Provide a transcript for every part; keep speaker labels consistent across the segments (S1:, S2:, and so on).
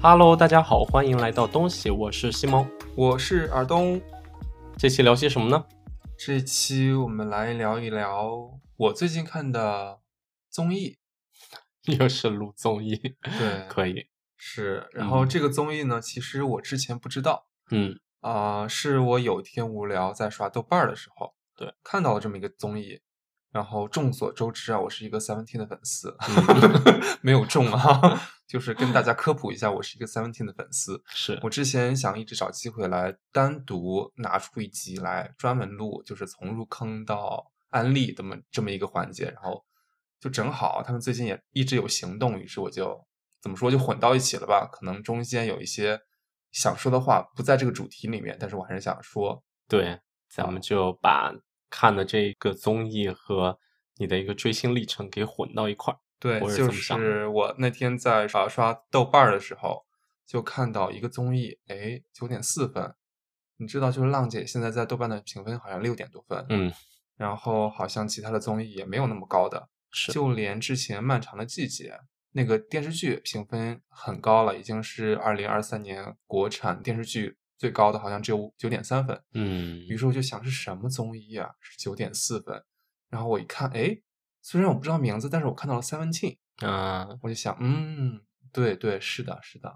S1: Hello，大家好，欢迎来到东西，我是西蒙。
S2: 我是尔东。
S1: 这期聊些什么呢？
S2: 这期我们来聊一聊我最近看的综 艺。
S1: 又是录综艺，
S2: 对，
S1: 可以。
S2: 是。然后这个综艺呢，其实我之前不知道，
S1: 嗯
S2: 啊、是我有一天无聊在刷豆瓣儿的时候，
S1: 对，
S2: 看到了这么一个综艺。然后众所周知啊，我是一个 Seventeen 的粉 丝，
S1: 嗯
S2: 没有中啊， 就是跟大家科普一下，我是一个 Seventeen 的粉丝。
S1: 是
S2: 我之前想一直找机会来单独拿出一集来专门录，就是从入坑到安利这么这么一个环节，然后就正好他们最近也一直有行动，于是我就怎么说就混到一起了吧。可能中间有一些想说的话不在这个主题里面，但是我还是想说，
S1: 对，咱们就把看的这个综艺和你的一个追星历程给混到一块儿。
S2: 对，
S1: 我也这
S2: 就
S1: 么想的
S2: 是我那天在刷刷豆瓣儿的时候，就看到一个综艺，哎，九点四分，你知道，就是浪姐现在在豆瓣的评分好像六点多分，
S1: 嗯，
S2: 然后好像其他的综艺也没有那么高的，
S1: 是
S2: 就连之前《漫长的季节》那个电视剧评分很高了，已经是二零二三年国产电视剧最高的，好像只有九点三分。
S1: 嗯
S2: 于是我就想是什么综艺啊，是九点四分。然后我一看，哎，虽然我不知道名字，但是我看到了 Seventeen，
S1: 啊、
S2: 我就想，嗯，对对，是的，是的，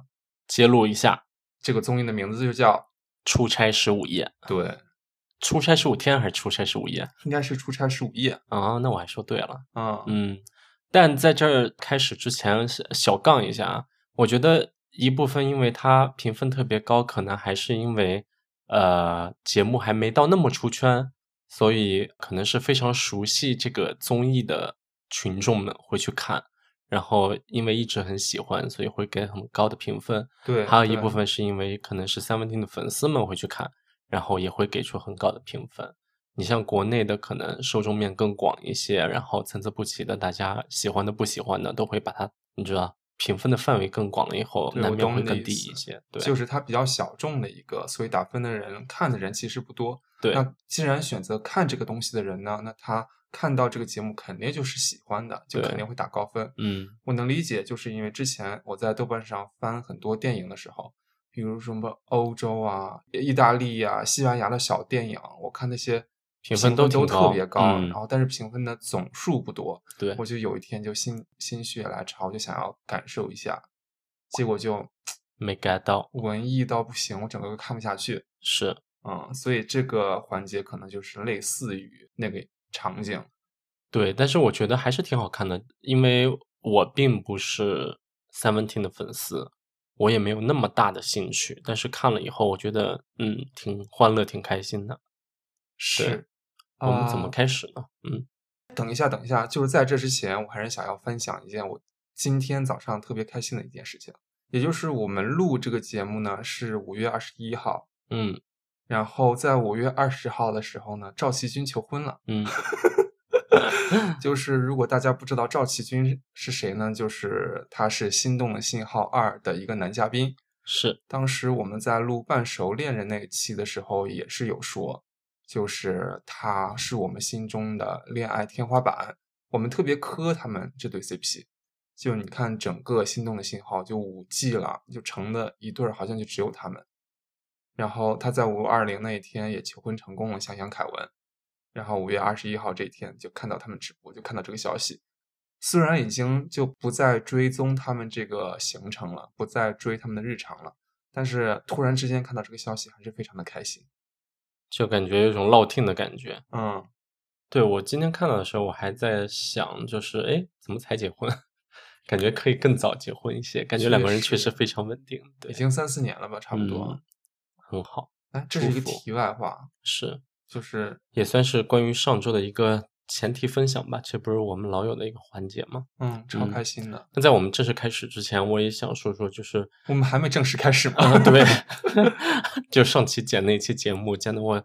S1: 揭露一下
S2: 这个综艺的名字 就叫
S1: 《出差十五夜》，
S2: 对，
S1: 出差十五天还是出差十五夜？
S2: 应该是出差十五夜，
S1: 啊，那我还说对了。
S2: 嗯
S1: 嗯，但在这儿开始之前，小小杠一下啊，我觉得一部分因为它评分特别高，可能还是因为呃节目还没到那么出圈，所以可能是非常熟悉这个综艺的群众们会去看，然后因为一直很喜欢，所以会给很高的评分。
S2: 对，
S1: 还有一
S2: 对
S1: 部分是因为可能是三文 n 的粉丝们会去看，然后也会给出很高的评分。你像国内的可能受众面更广一些，然后参差不齐的，大家喜欢的不喜欢的都会把它，你知道评分的范围更广了以后，
S2: 对
S1: 难
S2: 我
S1: 免
S2: 懂
S1: 会
S2: 你的
S1: 更
S2: 意
S1: 低
S2: 思
S1: 一些。对，
S2: 就是它比较小众的一个，所以打分的人看的人其实不多。
S1: 对，
S2: 那既然选择看这个东西的人呢，那他看到这个节目肯定就是喜欢的，就
S1: 对
S2: 肯定会打高分。
S1: 嗯
S2: 我能理解，就是因为之前我在豆瓣上翻很多电影的时候，比如什么欧洲啊、意大利啊、西班牙的小电影，我看那些
S1: 评分
S2: 分
S1: 都
S2: 都
S1: 挺
S2: 特
S1: 高
S2: 别
S1: 嗯
S2: 然后但是评分的总数不多。
S1: 对，
S2: 我就有一天就心心血来潮，就想要感受一下，结果就
S1: 没 get 到，
S2: 文艺到不行，我整个都看不下去。
S1: 是
S2: 嗯，所以这个环节可能就是类似于那个场景。
S1: 对，但是我觉得还是挺好看的，因为我并不是 Seventeen 的粉丝，我也没有那么大的兴趣，但是看了以后，我觉得嗯，挺欢乐，挺开心的。
S2: 是，
S1: 我们怎么
S2: 啊
S1: 开始呢？嗯
S2: 等一下，等一下，就是在这之前，我还是想要分享一件我今天早上特别开心的一件事情，也就是我们录这个节目呢是五月二十一号，
S1: 嗯
S2: 然后在五月二十号的时候呢，赵琦君求婚了。
S1: 嗯，
S2: 就是如果大家不知道赵琦君是谁呢，就是他是《心动的信号二》的一个男嘉宾。
S1: 是
S2: 当时我们在录《半熟恋人》那一期的时候，也是有说，就是他是我们心中的恋爱天花板。我们特别磕他们这对 CP，就你看整个《心动的信号》就五季了，就成了一对儿，好像就只有他们。然后他在五二零那一天也求婚成功了，向杨凯文。然后五月二十一号这一天就看到他们直播，就看到这个消息。虽然已经就不再追踪他们这个行程了，不再追他们的日常了，但是突然之间看到这个消息，还是非常的开心。
S1: 就感觉有一种落听的感觉。
S2: 嗯，
S1: 对我今天看到的时候，我还在想，就是哎，怎么才结婚？ 感觉可以更早结婚一些，感觉两个人确
S2: 确
S1: 实
S2: 实
S1: 非常稳定，对，
S2: 已经三四年了吧，差不多
S1: 嗯。很好，
S2: 哎、这是一个
S1: 祝福
S2: 题外话，
S1: 是
S2: 就是
S1: 也算是关于上周的一个前提分享吧。这不是我们老友的一个环节吗？
S2: 嗯，超
S1: 嗯
S2: 开心的。
S1: 那在我们正式开始之前，我也想说说，就是
S2: 我们还没正式开始吗？
S1: 啊，对， 就上期剪那期节目，剪得我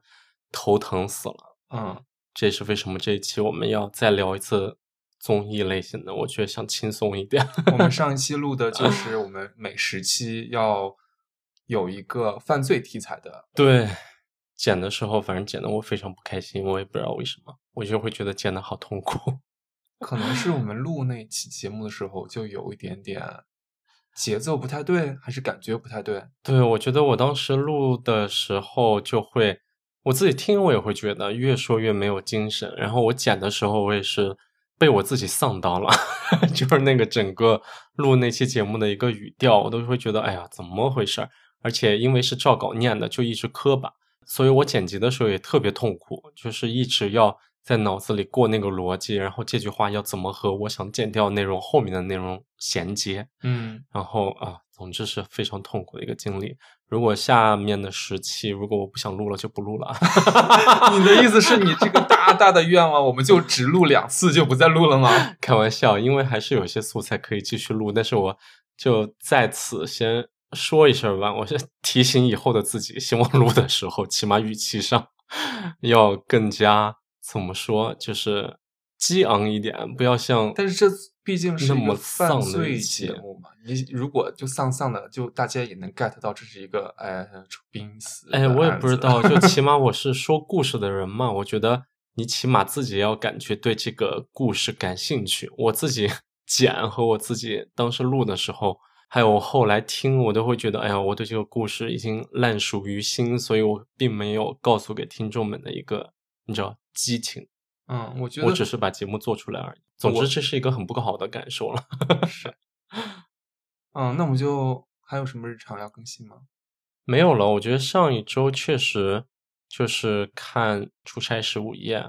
S1: 头疼死了。
S2: 嗯，
S1: 这也是为什么这一期我们要再聊一次综艺类型的，我觉得想轻松一点。
S2: 我们上一期录的就是我们每十期要有一个犯罪题材的，
S1: 对，剪的时候反正剪得我非常不开心，我也不知道为什么，我就会觉得剪得好痛苦。
S2: 可能是我们录那期节目的时候就有一点点节奏不太对，还是感觉不太对？
S1: 对，我觉得我当时录的时候就会，我自己听我也会觉得越说越没有精神。然后我剪的时候，我也是被我自己丧到了， 就是那个整个录那期节目的一个语调，我都会觉得哎呀，怎么回事儿？而且因为是照稿念的，就一直磕巴，所以我剪辑的时候也特别痛苦，就是一直要在脑子里过那个逻辑，然后这句话要怎么和我想剪掉内容后面的内容衔接。
S2: 嗯
S1: 然后啊，总之是非常痛苦的一个经历。如果下面的时期，如果我不想录了，就不录了 啊。
S2: 你的意思是你这个大大的愿望，我们就只录两次就不再录 了吗？
S1: 开玩笑，因为还是有些素材可以继续录，但是我就在此先说一声吧，我先提醒以后的自己，希望录的时候，起码语气上要更加怎么说，就是激昂一点，不要像
S2: 但是这毕竟是
S1: 那
S2: 一个
S1: 么丧
S2: 犯
S1: 的
S2: 罪
S1: 一
S2: 节
S1: 期
S2: 目嘛，你如果就丧丧的，就大家也能 get 到这是一个哎濒死 的
S1: 哎，我也
S2: 案
S1: 不知
S2: 子
S1: 道， 就起码我是说故事的人嘛，我觉得你起码自己要感觉对这个故事感兴趣。我自己 剪和我自己当时录的时候，还有后来听，我都会觉得，哎呀，我对这个故事已经烂熟于心，所以我并没有告诉给听众们的一个，你知道，激情，
S2: 嗯，我觉得
S1: 我只是把节目做出来而已。总
S2: 我
S1: 之，这是一个很不好的感受了。
S2: 是。嗯，那我们就还有什么日常要更新吗？
S1: 没有了，我觉得上一周确实就是看《出差十五夜》，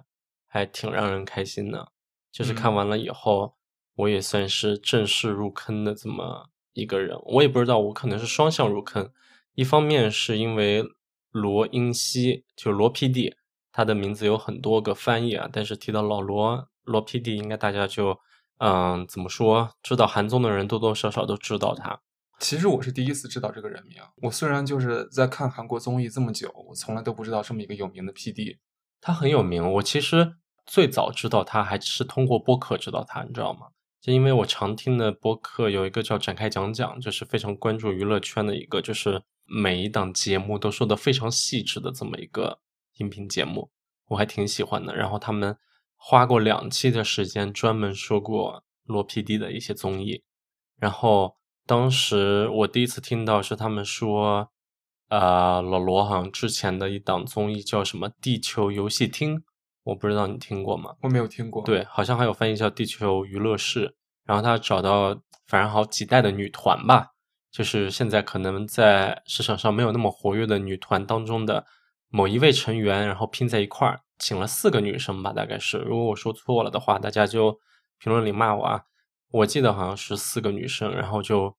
S1: 还挺让人开心的。就是看
S2: 嗯
S1: 完了以后，我也算是正式入坑的这么一个人。我也不知道，我可能是双向入坑，一方面是因为罗英熙，就是罗 PD，他的名字有很多个翻译啊，但是提到老罗，罗 PD 应该大家就嗯怎么说，知道韩综的人多多少少都知道他。
S2: 其实我是第一次知道这个人名。我虽然就是在看韩国综艺这么久，我从来都不知道这么一个有名的 PD。
S1: 他很有名。我其实最早知道他还是通过播客知道他，你知道吗？就因为我常听的播客有一个叫“展开讲讲”，就是非常关注娱乐圈的一个，就是每一档节目都说的非常细致的这么一个音频节目，我还挺喜欢的。然后他们花过两期的时间专门说过罗 PD 的一些综艺，然后当时我第一次听到是他们说，呃，老罗好像之前的一档综艺叫什么《地球游戏厅》，我不知道你听过吗？
S2: 我没有听过。，
S1: 对，好像还有翻译叫《地球娱乐室》，然后他找到反正好几代的女团吧，就是现在可能在市场上没有那么活跃的女团当中的某一位成员，然后拼在一块儿，请了四个女生吧，大概是，如果我说错了的话，大家就评论里骂我啊。我记得好像是四个女生，然后就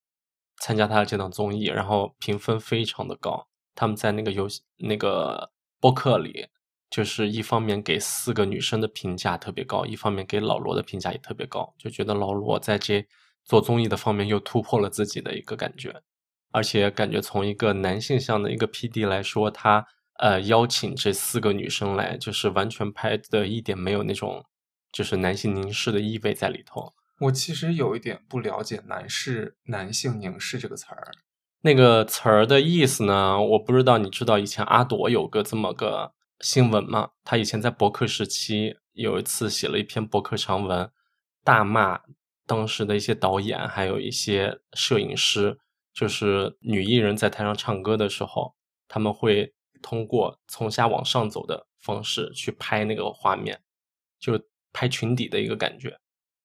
S1: 参加他的这档综艺，然后评分非常的高。他们在那个游戏那个播客里，就是一方面给四个女生的评价特别高，一方面给老罗的评价也特别高，就觉得老罗在这做综艺的方面又突破了自己的一个感觉，而且感觉从一个男性向的一个 PD 来说，他呃邀请这四个女生来，就是完全拍的一点没有那种就是男性凝视的意味在里头。
S2: 我其实有一点不了解“男士男性凝视”这个词儿。
S1: 那个词儿的意思呢，我不知道你知道以前阿朵有个这么个新闻吗？她以前在博客时期有一次写了一篇博客长文，大骂当时的一些导演还有一些摄影师，就是女艺人在台上唱歌的时候，他们会通过从下往上走的方式去拍那个画面，就拍裙底的一个感觉，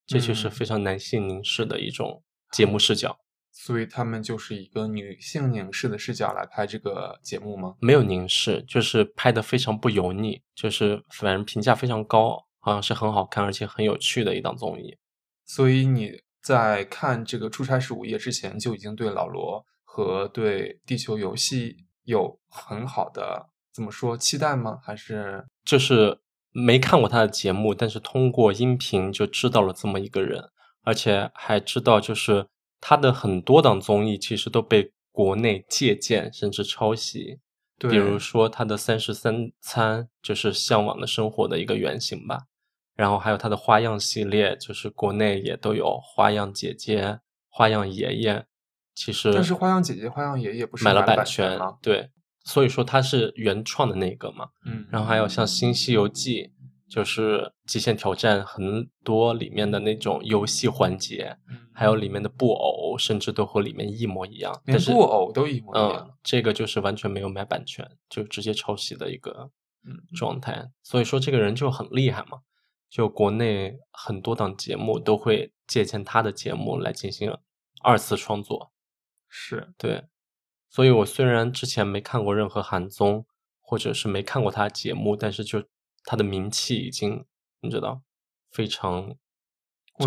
S1: 这就是
S2: 嗯
S1: 非常男性凝视的一种节目视角。
S2: 所以他们就是一个女性凝视的视角来拍这个节目吗？
S1: 没有凝视，就是拍的非常不油腻，就是反正评价非常高，好像是很好看而且很有趣的一档综艺。
S2: 所以你在看这个《出差十五夜》之前，就已经对老罗和对《地球游戏》有很好的怎么说期待吗？还是
S1: 就是没看过他的节目，但是通过音频就知道了这么一个人，而且还知道就是他的很多档综艺其实都被国内借鉴甚至抄袭，
S2: 对
S1: 比如说他的《三十三餐》就是《向往的生活》的一个原型吧，然后还有他的花样系列，就是国内也都有花样姐姐、花样爷爷。其实，
S2: 但是花样姐姐、花样爷爷不是
S1: 买了
S2: 买了
S1: 版
S2: 版权吗
S1: 对，所以说他是原创的那个嘛。
S2: 嗯，
S1: 然后还有像《新西游记》，就是《极限挑战》很多里面的那种游戏环节，还有里面的布偶，甚至都和里面一模一样。
S2: 嗯连
S1: 但是
S2: 布偶都一模一样
S1: 嗯，这个就是完全没有买版权，就直接抄袭的一个
S2: 嗯
S1: 状态。所以说这个人就很厉害嘛，就国内很多档节目都会借鉴他的节目来进行二次创作。
S2: 是
S1: 对，所以我虽然之前没看过任何韩综，或者是没看过他的节目，但是就他的名气已经你知道非常。
S2: 我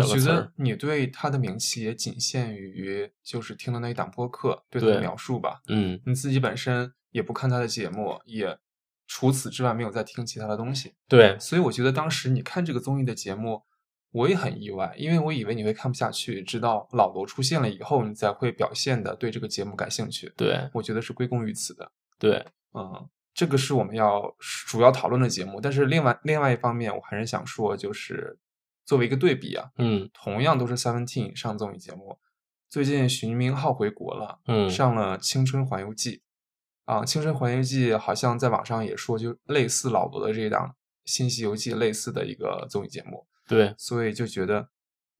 S1: 找个
S2: 觉
S1: 词
S2: 得
S1: 儿
S2: 你对他的名气也仅限于就是听了那一档播客对他
S1: 对
S2: 的描述吧。
S1: 嗯，
S2: 你自己本身也不看他的节目，也除此之外没有再听其他的东西，
S1: 对，
S2: 所以我觉得当时你看这个综艺的节目，我也很意外，因为我以为你会看不下去，直到老罗出现了以后，你才会表现的对这个节目感兴趣。
S1: 对，
S2: 我觉得是归功于此的。
S1: 对，
S2: 嗯，这个是我们要主要讨论的节目。但是另外另外一方面，我还是想说，就是作为一个对比啊，
S1: 嗯
S2: 同样都是 Seventeen 上综艺节目，最近徐明浩回国了，
S1: 嗯，
S2: 上了《青春环游记》啊，《青春环游记》好像在网上也说，就类似老罗的这一档《新西游记》类似的一个综艺节目，
S1: 对，
S2: 所以就觉得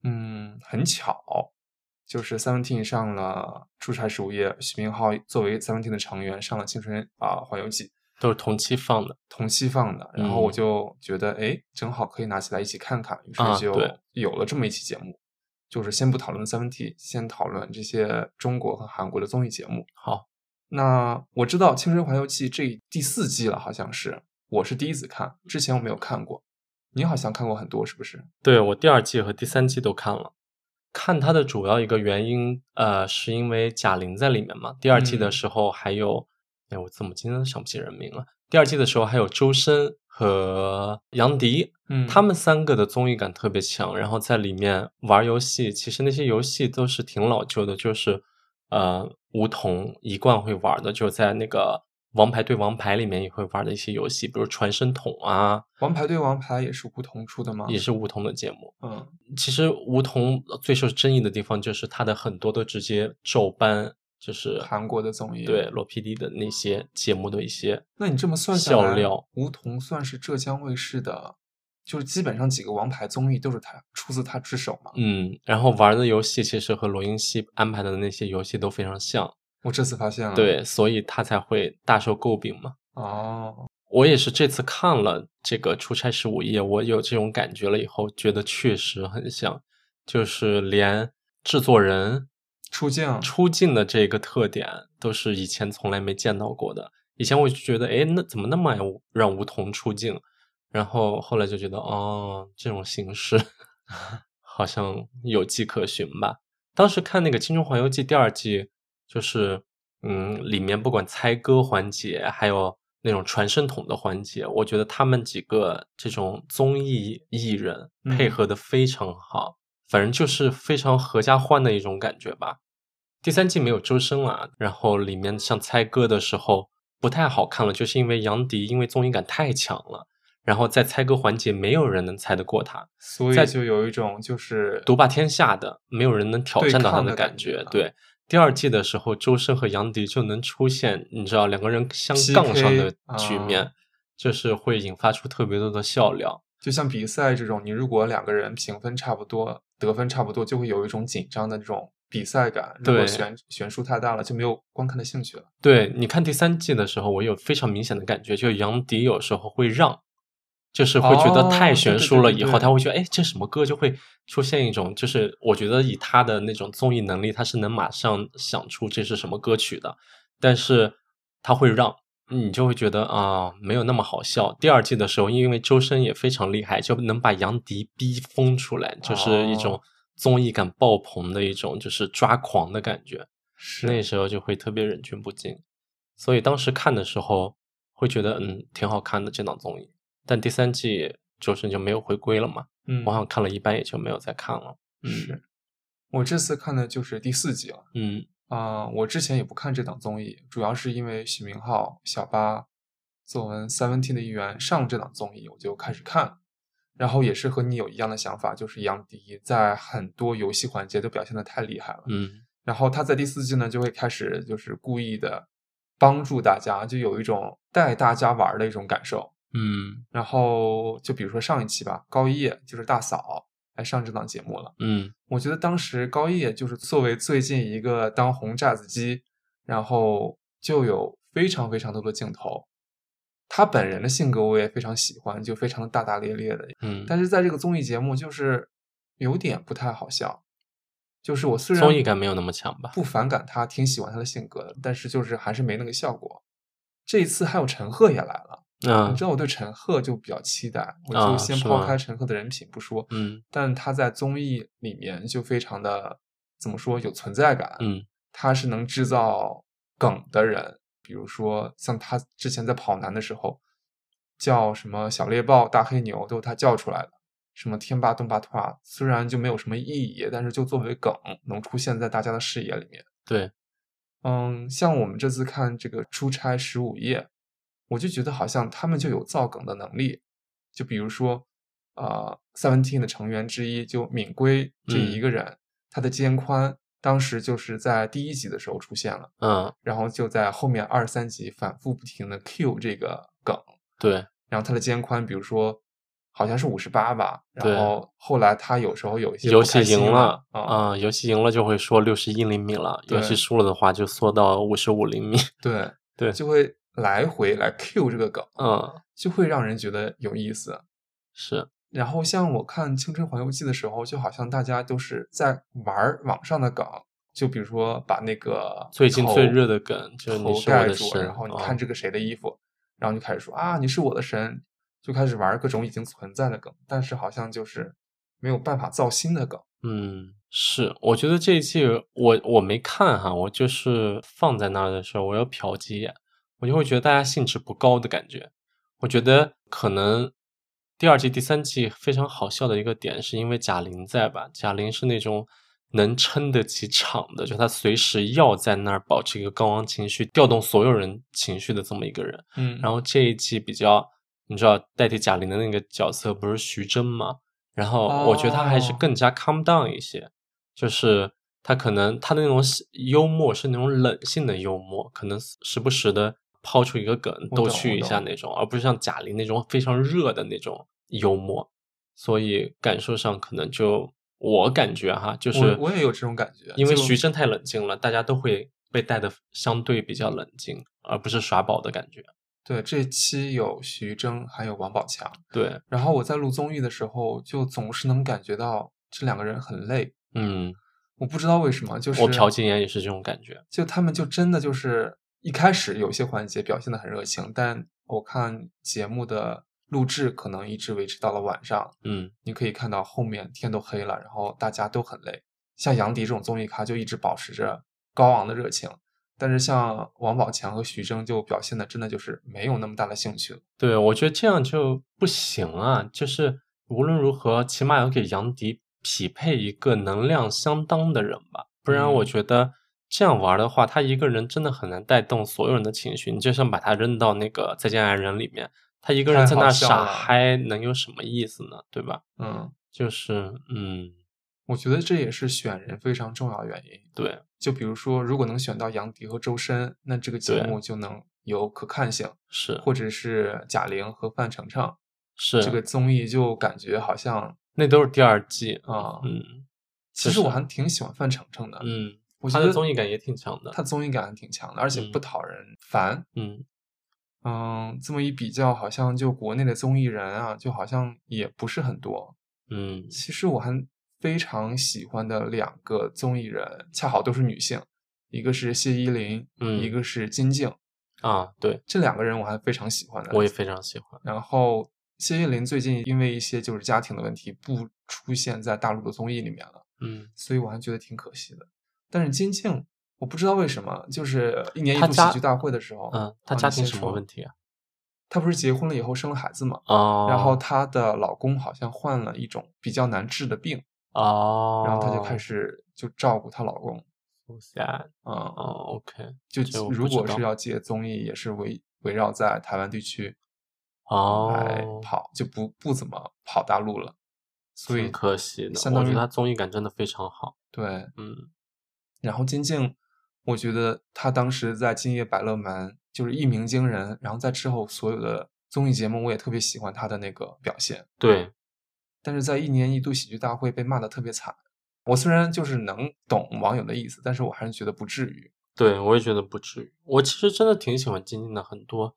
S2: 嗯很巧。就是 Seventeen 上了《出差十五夜》，徐明浩作为 Seventeen 的成员上了《青春啊、环游记》，
S1: 都是同期放的。
S2: 同期放的，然后
S1: 嗯
S2: 我就觉得，哎、正好可以拿起来一起看看，于是
S1: 啊
S2: 就
S1: 对
S2: 有了这么一期节目。就是先不讨论 Seventeen，先讨论这些中国和韩国的综艺节目。
S1: 好，
S2: 那我知道《青春环游记》这第四季了，好像是，我是第一次看，之前我没有看过。你好像看过很多，是不是？
S1: 对我第二季和第三季都看了。看它的主要一个原因，呃，是因为贾玲在里面嘛。第二季的
S2: 嗯
S1: 时候还有，哎，我怎么今天想不起人名了？第二季的时候还有周深和杨迪，
S2: 嗯
S1: 他们三个的综艺感特别强，然后在里面玩游戏，其实那些游戏都是挺老旧的，就是呃，梧桐一贯会玩的，就是在那个《王牌对王牌》里面也会玩的一些游戏，比如传声筒啊，
S2: 《王牌对王牌》也是胡同出的吗？
S1: 也是梧桐的节目。
S2: 嗯，
S1: 其实梧桐最受争议的地方就是它的很多都直接照搬，就是
S2: 韩国的综艺。
S1: 对，罗 PD 的那些节目的一些，
S2: 那你这么算下
S1: 笑
S2: 来
S1: 料，
S2: 梧桐算是浙江卫视的，就是基本上几个王牌综艺都是他出自他之手嘛。
S1: 嗯，然后玩的游戏其实和罗云熙安排的那些游戏都非常像。
S2: 我这次发现了，，
S1: 对，所以他才会大受诟病嘛。
S2: 哦，
S1: 我也是这次看了这个《出差十五夜》，我有这种感觉了以后，觉得确实很像，就是连制作人
S2: 出镜
S1: 出镜的这个特点都是以前从来没见到过的。以前我就觉得，哎，那怎么那么爱无让梧桐出镜？然后后来就觉得，哦，这种形式 好像有迹可循吧。当时看那个《青春环游记》第二季，就是嗯，里面不管猜歌环节，还有那种传声筒的环节，我觉得他们几个这种综艺艺人配
S2: 嗯
S1: 合的非常好，反正就是非常合家欢的一种感觉吧。第三季没有周深了，然后里面像猜歌的时候不太好看了，就是因为杨迪因为综艺感太强了，然后在猜歌环节没有人能猜得过他，
S2: 所
S1: 在
S2: 以就有一种就是
S1: 独霸天下的，没有人能挑
S2: 对
S1: 战到他
S2: 抗
S1: 的
S2: 的
S1: 感
S2: 感觉
S1: 觉
S2: 啊。
S1: 对，第二季的时候，周深和杨迪就能出现，你知道两个人相
S2: PK
S1: 杠上的局面
S2: 啊，
S1: 就是会引发出特别多的笑料。
S2: 就像比赛这种，你如果两个人评分差不多，得分差不多，就会有一种紧张的这种比赛感。如
S1: 对
S2: 果悬悬殊太大了，就没有观看的兴趣了。
S1: 对，你看第三季的时候，我有非常明显的感觉，就杨迪有时候会让，就是会觉得
S2: 哦
S1: 太
S2: 对
S1: 悬
S2: 对
S1: 殊
S2: 对
S1: 了，
S2: 对
S1: 以后
S2: 对
S1: 他会觉得，哎，这什么歌，就会出现一种，就是我觉得以他的那种综艺能力，他是能马上想出这是什么歌曲的，但是他会让。你就会觉得啊、没有那么好笑。第二季的时候，因为周深也非常厉害，就能把杨迪逼疯出来，就是一种
S2: 哦
S1: 综艺感爆棚的一种，就是抓狂的感觉。
S2: 是
S1: 那时候就会特别忍俊不禁，所以当时看的时候会觉得嗯挺好看的这档综艺，但第三季周深就没有回归了嘛，
S2: 嗯
S1: 我好像看了一半也就没有再看了。嗯
S2: 是。我这次看的就是第四集了。
S1: 嗯
S2: 啊、我之前也不看这档综艺，主要是因为许明浩、小八、作文 Seventeen 的一员上这档综艺，我就开始看了。然后也是和你有一样的想法，就是杨迪在很多游戏环节都表现的太厉害了。
S1: 嗯，
S2: 然后他在第四季呢就会开始就是故意的帮助大家，就有一种带大家玩儿的一种感受。
S1: 嗯
S2: 然后就比如说上一期吧，高叶就是大嫂来上这档节目了。
S1: 嗯
S2: 我觉得当时高叶就是作为最近一个当红炸子鸡，然后就有非常非常多的镜头。他本人的性格我也非常喜欢，就非常的大大咧咧的。
S1: 嗯，
S2: 但是在这个综艺节目就是有点不太好笑，就是我虽然
S1: 综艺感没有那么强吧？
S2: 不反感他，挺喜欢他的性格的，但是就是还是没那个效果。这一次还有陈赫也来了。你
S1: 嗯
S2: 知道我对陈赫就比较期待，我
S1: 啊
S2: 就先
S1: 是
S2: 抛
S1: 吗
S2: 开陈赫的人品不说，
S1: 嗯
S2: 但他在综艺里面就非常的怎么说有存在感，
S1: 嗯
S2: 他是能制造梗的人，比如说像他之前在跑男的时候叫什么小猎豹、大黑牛都是他叫出来的，什么天霸、东霸、拓霸，虽然就没有什么意义，但是就作为梗能出现在大家的视野里面。
S1: 对，
S2: 嗯，像我们这次看这个《出差十五夜》，我就觉得好像他们就有造梗的能力。就比如说，呃，Seventeen 的成员之一就敏圭这一
S1: 嗯
S2: 个人，他的肩宽当时就是在第一集的时候出现了，
S1: 嗯
S2: 然后就在后面二三集反复不停的 cue 这个梗。
S1: 对，
S2: 然后他的肩宽，比如说好像是五十八吧，
S1: 对
S2: 然后后来他有时候有一些
S1: 游
S2: 不
S1: 戏
S2: 开心
S1: 赢
S2: 了
S1: 了
S2: 啊、
S1: 嗯，游戏赢了就会说六十一厘米了，游戏
S2: 对
S1: 输了的话就缩到五十五厘米。
S2: 对
S1: 对
S2: 就会来回来 cue 这个梗。
S1: 嗯，
S2: 就会让人觉得有意思。
S1: 是，
S2: 然后像我看《青春环游记》的时候，就好像大家都是在玩儿网上的梗，就比如说把那个
S1: 最近最
S2: 头
S1: 热的梗就是你
S2: 头
S1: 是我
S2: 盖
S1: 的
S2: 住，
S1: 神
S2: 然后你
S1: 哦
S2: 看这个谁的衣服，然后就开始说啊你是我的神，就开始玩各种已经存在的梗，但是好像就是没有办法造新的梗。
S1: 嗯，是，我觉得这一季我我没看哈，我就是放在那儿的时候，我要瞟几眼，我就会觉得大家兴致不高的感觉。我觉得可能第二季、第三季非常好笑的一个点，是因为贾玲在吧？贾玲是那种能撑得起场的，就她随时要在那儿保持一个高昂情绪，调动所有人情绪的这么一个人。
S2: 嗯
S1: 然
S2: 后
S1: 后这一季比较，你知道代替贾玲的那个角色不是徐峥嘛？然后我觉得他还是
S2: 哦
S1: 更加 calm down 一些，就是他可能他的那种喜幽默是那种冷性的幽默，可能时不时的抛出一个梗
S2: 我
S1: 逗
S2: 懂我
S1: 趣一下
S2: 懂
S1: 那种，而不是像贾玲那种非常热的那种幽默。所以感受上可能就我感觉哈，就是
S2: 我我也有这种感觉
S1: 因为
S2: 就
S1: 徐峥太冷静了，大家都会被带的相对比较冷静，而不是耍宝的感觉。
S2: 对这期有徐峥还有王宝强，
S1: 对，
S2: 然后我在录综艺的时候，就总是能感觉到这两个人很累。
S1: 嗯，
S2: 我不知道为什么，就是
S1: 我瞟几眼也是这种感觉。
S2: 就他们就真的就是一开始有些环节表现的很热情，但我看节目的录制可能一直维持到了晚上，
S1: 嗯
S2: 你可以看到后面天都黑了，然后大家都很累。像杨迪这种综艺咖就一直保持着高昂的热情，但是像王宝强和徐峥就表现的真的就是没有那么大的兴趣了。，
S1: 对，我觉得这样就不行啊。就是无论如何，起码要给杨迪匹配一个能量相当的人吧，不然我
S2: 嗯
S1: 觉得这样玩的话，他一个人真的很难带动所有人的情绪。你就像把他扔到那个《再见爱人》里面，他一个人
S2: 太
S1: 在
S2: 好
S1: 那
S2: 笑
S1: 傻
S2: 了
S1: 嗨，能有什么意思呢？对吧？
S2: 嗯，
S1: 就是，嗯，
S2: 我觉得这也是选人非常重要的原因。
S1: 对，
S2: 就比如说，如果能选到杨迪和周深，那这个节
S1: 对
S2: 目就能有可看性。
S1: 是
S2: 或者是贾玲和范丞丞，
S1: 是，
S2: 这个综艺就感觉好像
S1: 那都是第二季。
S2: 啊、
S1: 嗯
S2: 其
S1: 是
S2: 实我
S1: 是
S2: 还挺喜欢范丞丞的，
S1: 嗯，
S2: 我觉
S1: 他
S2: 得
S1: 的综艺感也挺强的。
S2: 他综艺感还挺强的，而且
S1: 嗯
S2: 不讨人烦。
S1: 嗯，
S2: 嗯，这么一比较，好像就国内的综艺人啊，就好像也不是很多。
S1: 嗯，
S2: 其实我还非常喜欢的两个综艺人，恰好都是女性，一个是谢依霖，
S1: 嗯
S2: 一个是金靖，
S1: 啊，对，
S2: 这两个人我还非常喜欢的。
S1: 我也非常喜欢。
S2: 然后谢依霖最近因为一些就是家庭的问题，不出现在大陆的综艺里面了，
S1: 嗯，
S2: 所以我还觉得挺可惜的。但是金靖，我不知道为什么，就是一年一
S1: 他
S2: 度喜
S1: 家
S2: 剧大会的时候，
S1: 嗯，他
S2: 啊
S1: 家
S2: 你
S1: 庭
S2: 先
S1: 什么
S2: 说
S1: 问题啊？
S2: 她不是结婚了以后生了孩子嘛，
S1: 哦，
S2: 然后她的老公好像患了一种比较难治的病，
S1: 哦，
S2: 然后她就开始就照顾她老公，
S1: so sad。
S2: 嗯，
S1: 哦，OK，这
S2: 就
S1: 我不
S2: 如
S1: 知
S2: 果
S1: 道
S2: 是要接综艺，也是围围绕在台湾地区来
S1: 哦，
S2: 跑，就不不怎么跑大陆了。所以
S1: 挺可惜的。
S2: 相
S1: 我
S2: 当
S1: 觉得
S2: 于
S1: 他综艺感真的非常好。
S2: 对，
S1: 嗯
S2: 然后金靖，我觉得他当时在《今夜百乐门》就是一鸣惊人，然后在之后所有的综艺节目我也特别喜欢他的那个表现，
S1: 对，
S2: 但是在一年一度喜剧大会被骂的特别惨。我虽然就是能懂网友的意思，但是我还是觉得不至于。
S1: 对，我也觉得不至于。我其实真的挺喜欢金靖的很多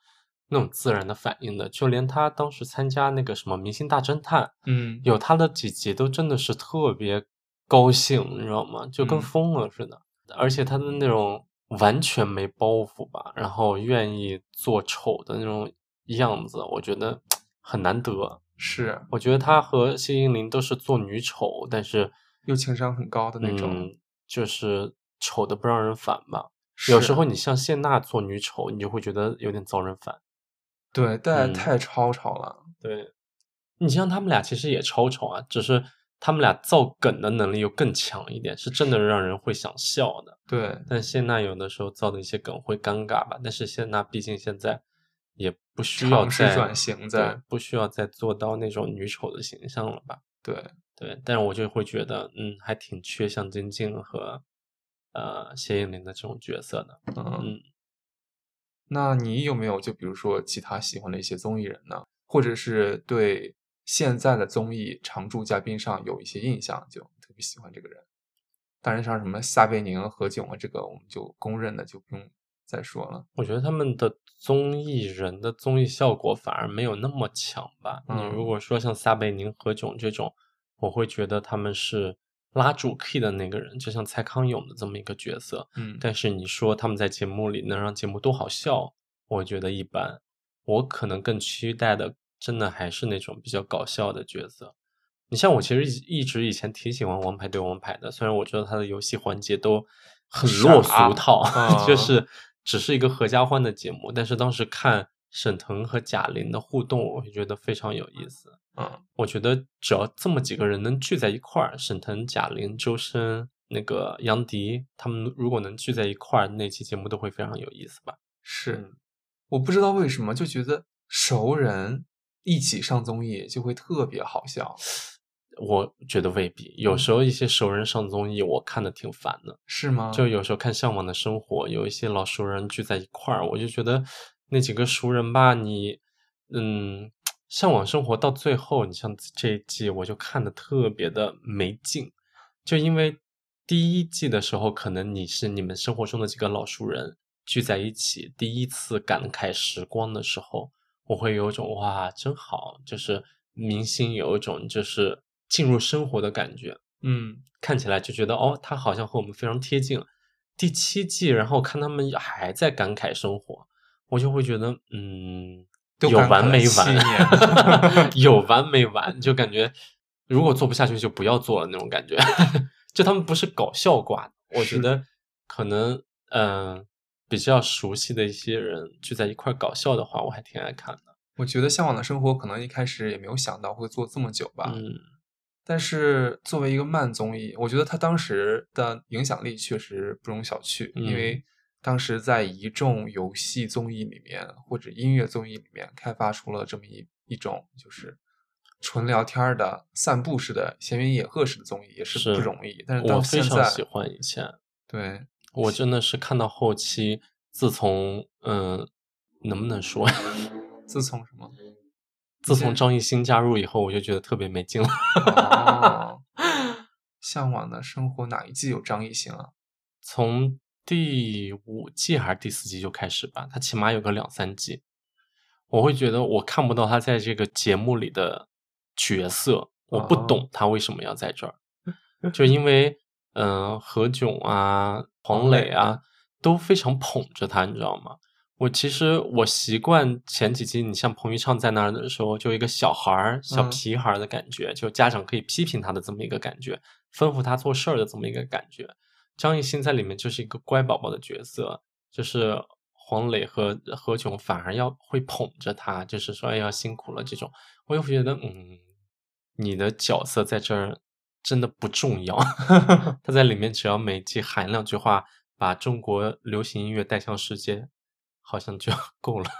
S1: 那种自然的反应的，就连他当时参加那个什么《明星大侦探》，
S2: 嗯
S1: 有他的几集都真的是特别高兴，你知道吗？就跟
S2: 嗯
S1: 疯了似的。而且他的那种完全没包袱吧，然后愿意做丑的那种样子，我觉得很难得。
S2: 是
S1: 我觉得他和谢依霖都是做女丑，但是
S2: 又情商很高的那种。
S1: 嗯，就是丑的不让人烦吧。有时
S2: 是
S1: 候你像谢娜做女丑，你就会觉得有点遭人烦。
S2: 对，
S1: 嗯
S2: 但太吵吵了。
S1: 对，你像他们俩其实也超丑啊，只是他们俩造梗的能力又更强一点，是真的让人会想笑的。
S2: 对，
S1: 但谢娜有的时候造的一些梗会尴尬吧，但是谢娜毕竟现在也不需要
S2: 尝试
S1: 再
S2: 转型
S1: 对
S2: 在，
S1: 不需要再做到那种女丑的形象了吧？
S2: 对，
S1: 对，但是我就会觉得，嗯，还挺缺像金靖和呃谢依霖的这种角色的。
S2: 嗯。
S1: 嗯，
S2: 那你有没有就比如说其他喜欢的一些综艺人呢？或者是对现在的综艺常驻嘉宾上有一些印象，就特别喜欢这个人？当然，像什么撒贝宁、何炅啊，这个我们就公认的，就不用再说了。
S1: 我觉得他们的综艺人的综艺效果反而没有那么强吧。
S2: 嗯
S1: 你如果说像撒贝宁、何炅这种，我会觉得他们是拉主 key 的那个人，就像蔡康永的这么一个角色。
S2: 嗯，
S1: 但是你说他们在节目里能让节目多好笑，我觉得一般。我可能更期待的，真的还是那种比较搞笑的角色。你像我其实一一直以前挺喜欢《王牌对王牌》的，虽然我知道它的游戏环节都很落
S2: 傻
S1: 俗套，
S2: 啊
S1: 就是只是一个合家欢的节目，但是当时看沈腾和贾玲的互动，我会觉得非常有意思。
S2: 嗯，
S1: 我觉得只要这么几个人能聚在一块儿，沈腾、贾玲、周深、那个杨迪，他们如果能聚在一块儿，那期节目都会非常有意思吧？
S2: 是
S1: 嗯，
S2: 我不知道为什么就觉得熟人一起上综艺就会特别好笑。
S1: 我觉得未必，有时候一些熟人上综艺，我看的挺烦的。
S2: 是吗？
S1: 就有时候看《向往的生活》，有一些老熟人聚在一块儿，我就觉得那几个熟人吧，你嗯，向往生活到最后，你像这一季，我就看的特别的没劲，就因为第一季的时候，可能你是你们生活中的几个老熟人聚在一起，第一次感慨时光的时候，我会有一种哇，真好，就是明星有一种就是进入生活的感觉。
S2: 嗯，
S1: 看起来就觉得哦，他好像和我们非常贴近。第七季，然后看他们还在感慨生活，我就会觉得嗯，
S2: 都
S1: 有
S2: 感慨
S1: 完
S2: 了
S1: 没
S2: 七
S1: 完
S2: 年，
S1: 有完没完，就感觉如果做不下去就不要做了那种感觉。就他们不是搞笑挂的，我觉
S2: 是
S1: 得可能嗯、呃比较熟悉的一些人聚在一块儿搞笑的话，我还挺爱看的。
S2: 我觉得《向往的生活》可能一开始也没有想到会做这么久吧。
S1: 嗯，
S2: 但是作为一个慢综艺，我觉得它当时的影响力确实不容小觑，
S1: 嗯
S2: 因为当时在一众游戏综艺里面或者音乐综艺里面开发出了这么一一种就是纯聊天儿的散步式的闲云野鹤式的综艺，也是
S1: 是
S2: 不容易。但是
S1: 我
S2: 到
S1: 非
S2: 现
S1: 常
S2: 在，
S1: 喜欢以前。
S2: 对，
S1: 我真的是看到后期，自从嗯、呃能不能说，
S2: 自从什么？
S1: 自
S2: 先
S1: 从张艺兴加入以后，我就觉得特别没劲了。
S2: 哦，向往的生活哪一季有张艺兴啊？
S1: 从第五季还是第四季就开始吧，他起码有个两三季，我会觉得我看不到他在这个节目里的角色，我不
S2: 哦
S1: 懂他为什么要在这儿，就因为嗯、呃何炅 啊、黄
S2: 黄
S1: 磊
S2: 磊
S1: 啊都非常捧着他，你知道吗？我其实我习惯前几季，你像彭昱畅在那儿的时候，就一个小孩儿、小
S2: 嗯
S1: 屁孩儿的感觉，就家长可以批评他的这么一个感觉，吩咐他做事儿的这么一个感觉。张艺兴在里面就是一个乖宝宝的角色，就是黄磊和何炅反而要会捧着他，就是说哎呀辛苦了这种，我又觉得嗯，你的角色在这儿真的不重要， 他在里面只要每季喊两句话，把中国流行音乐带向世界，好像就够了。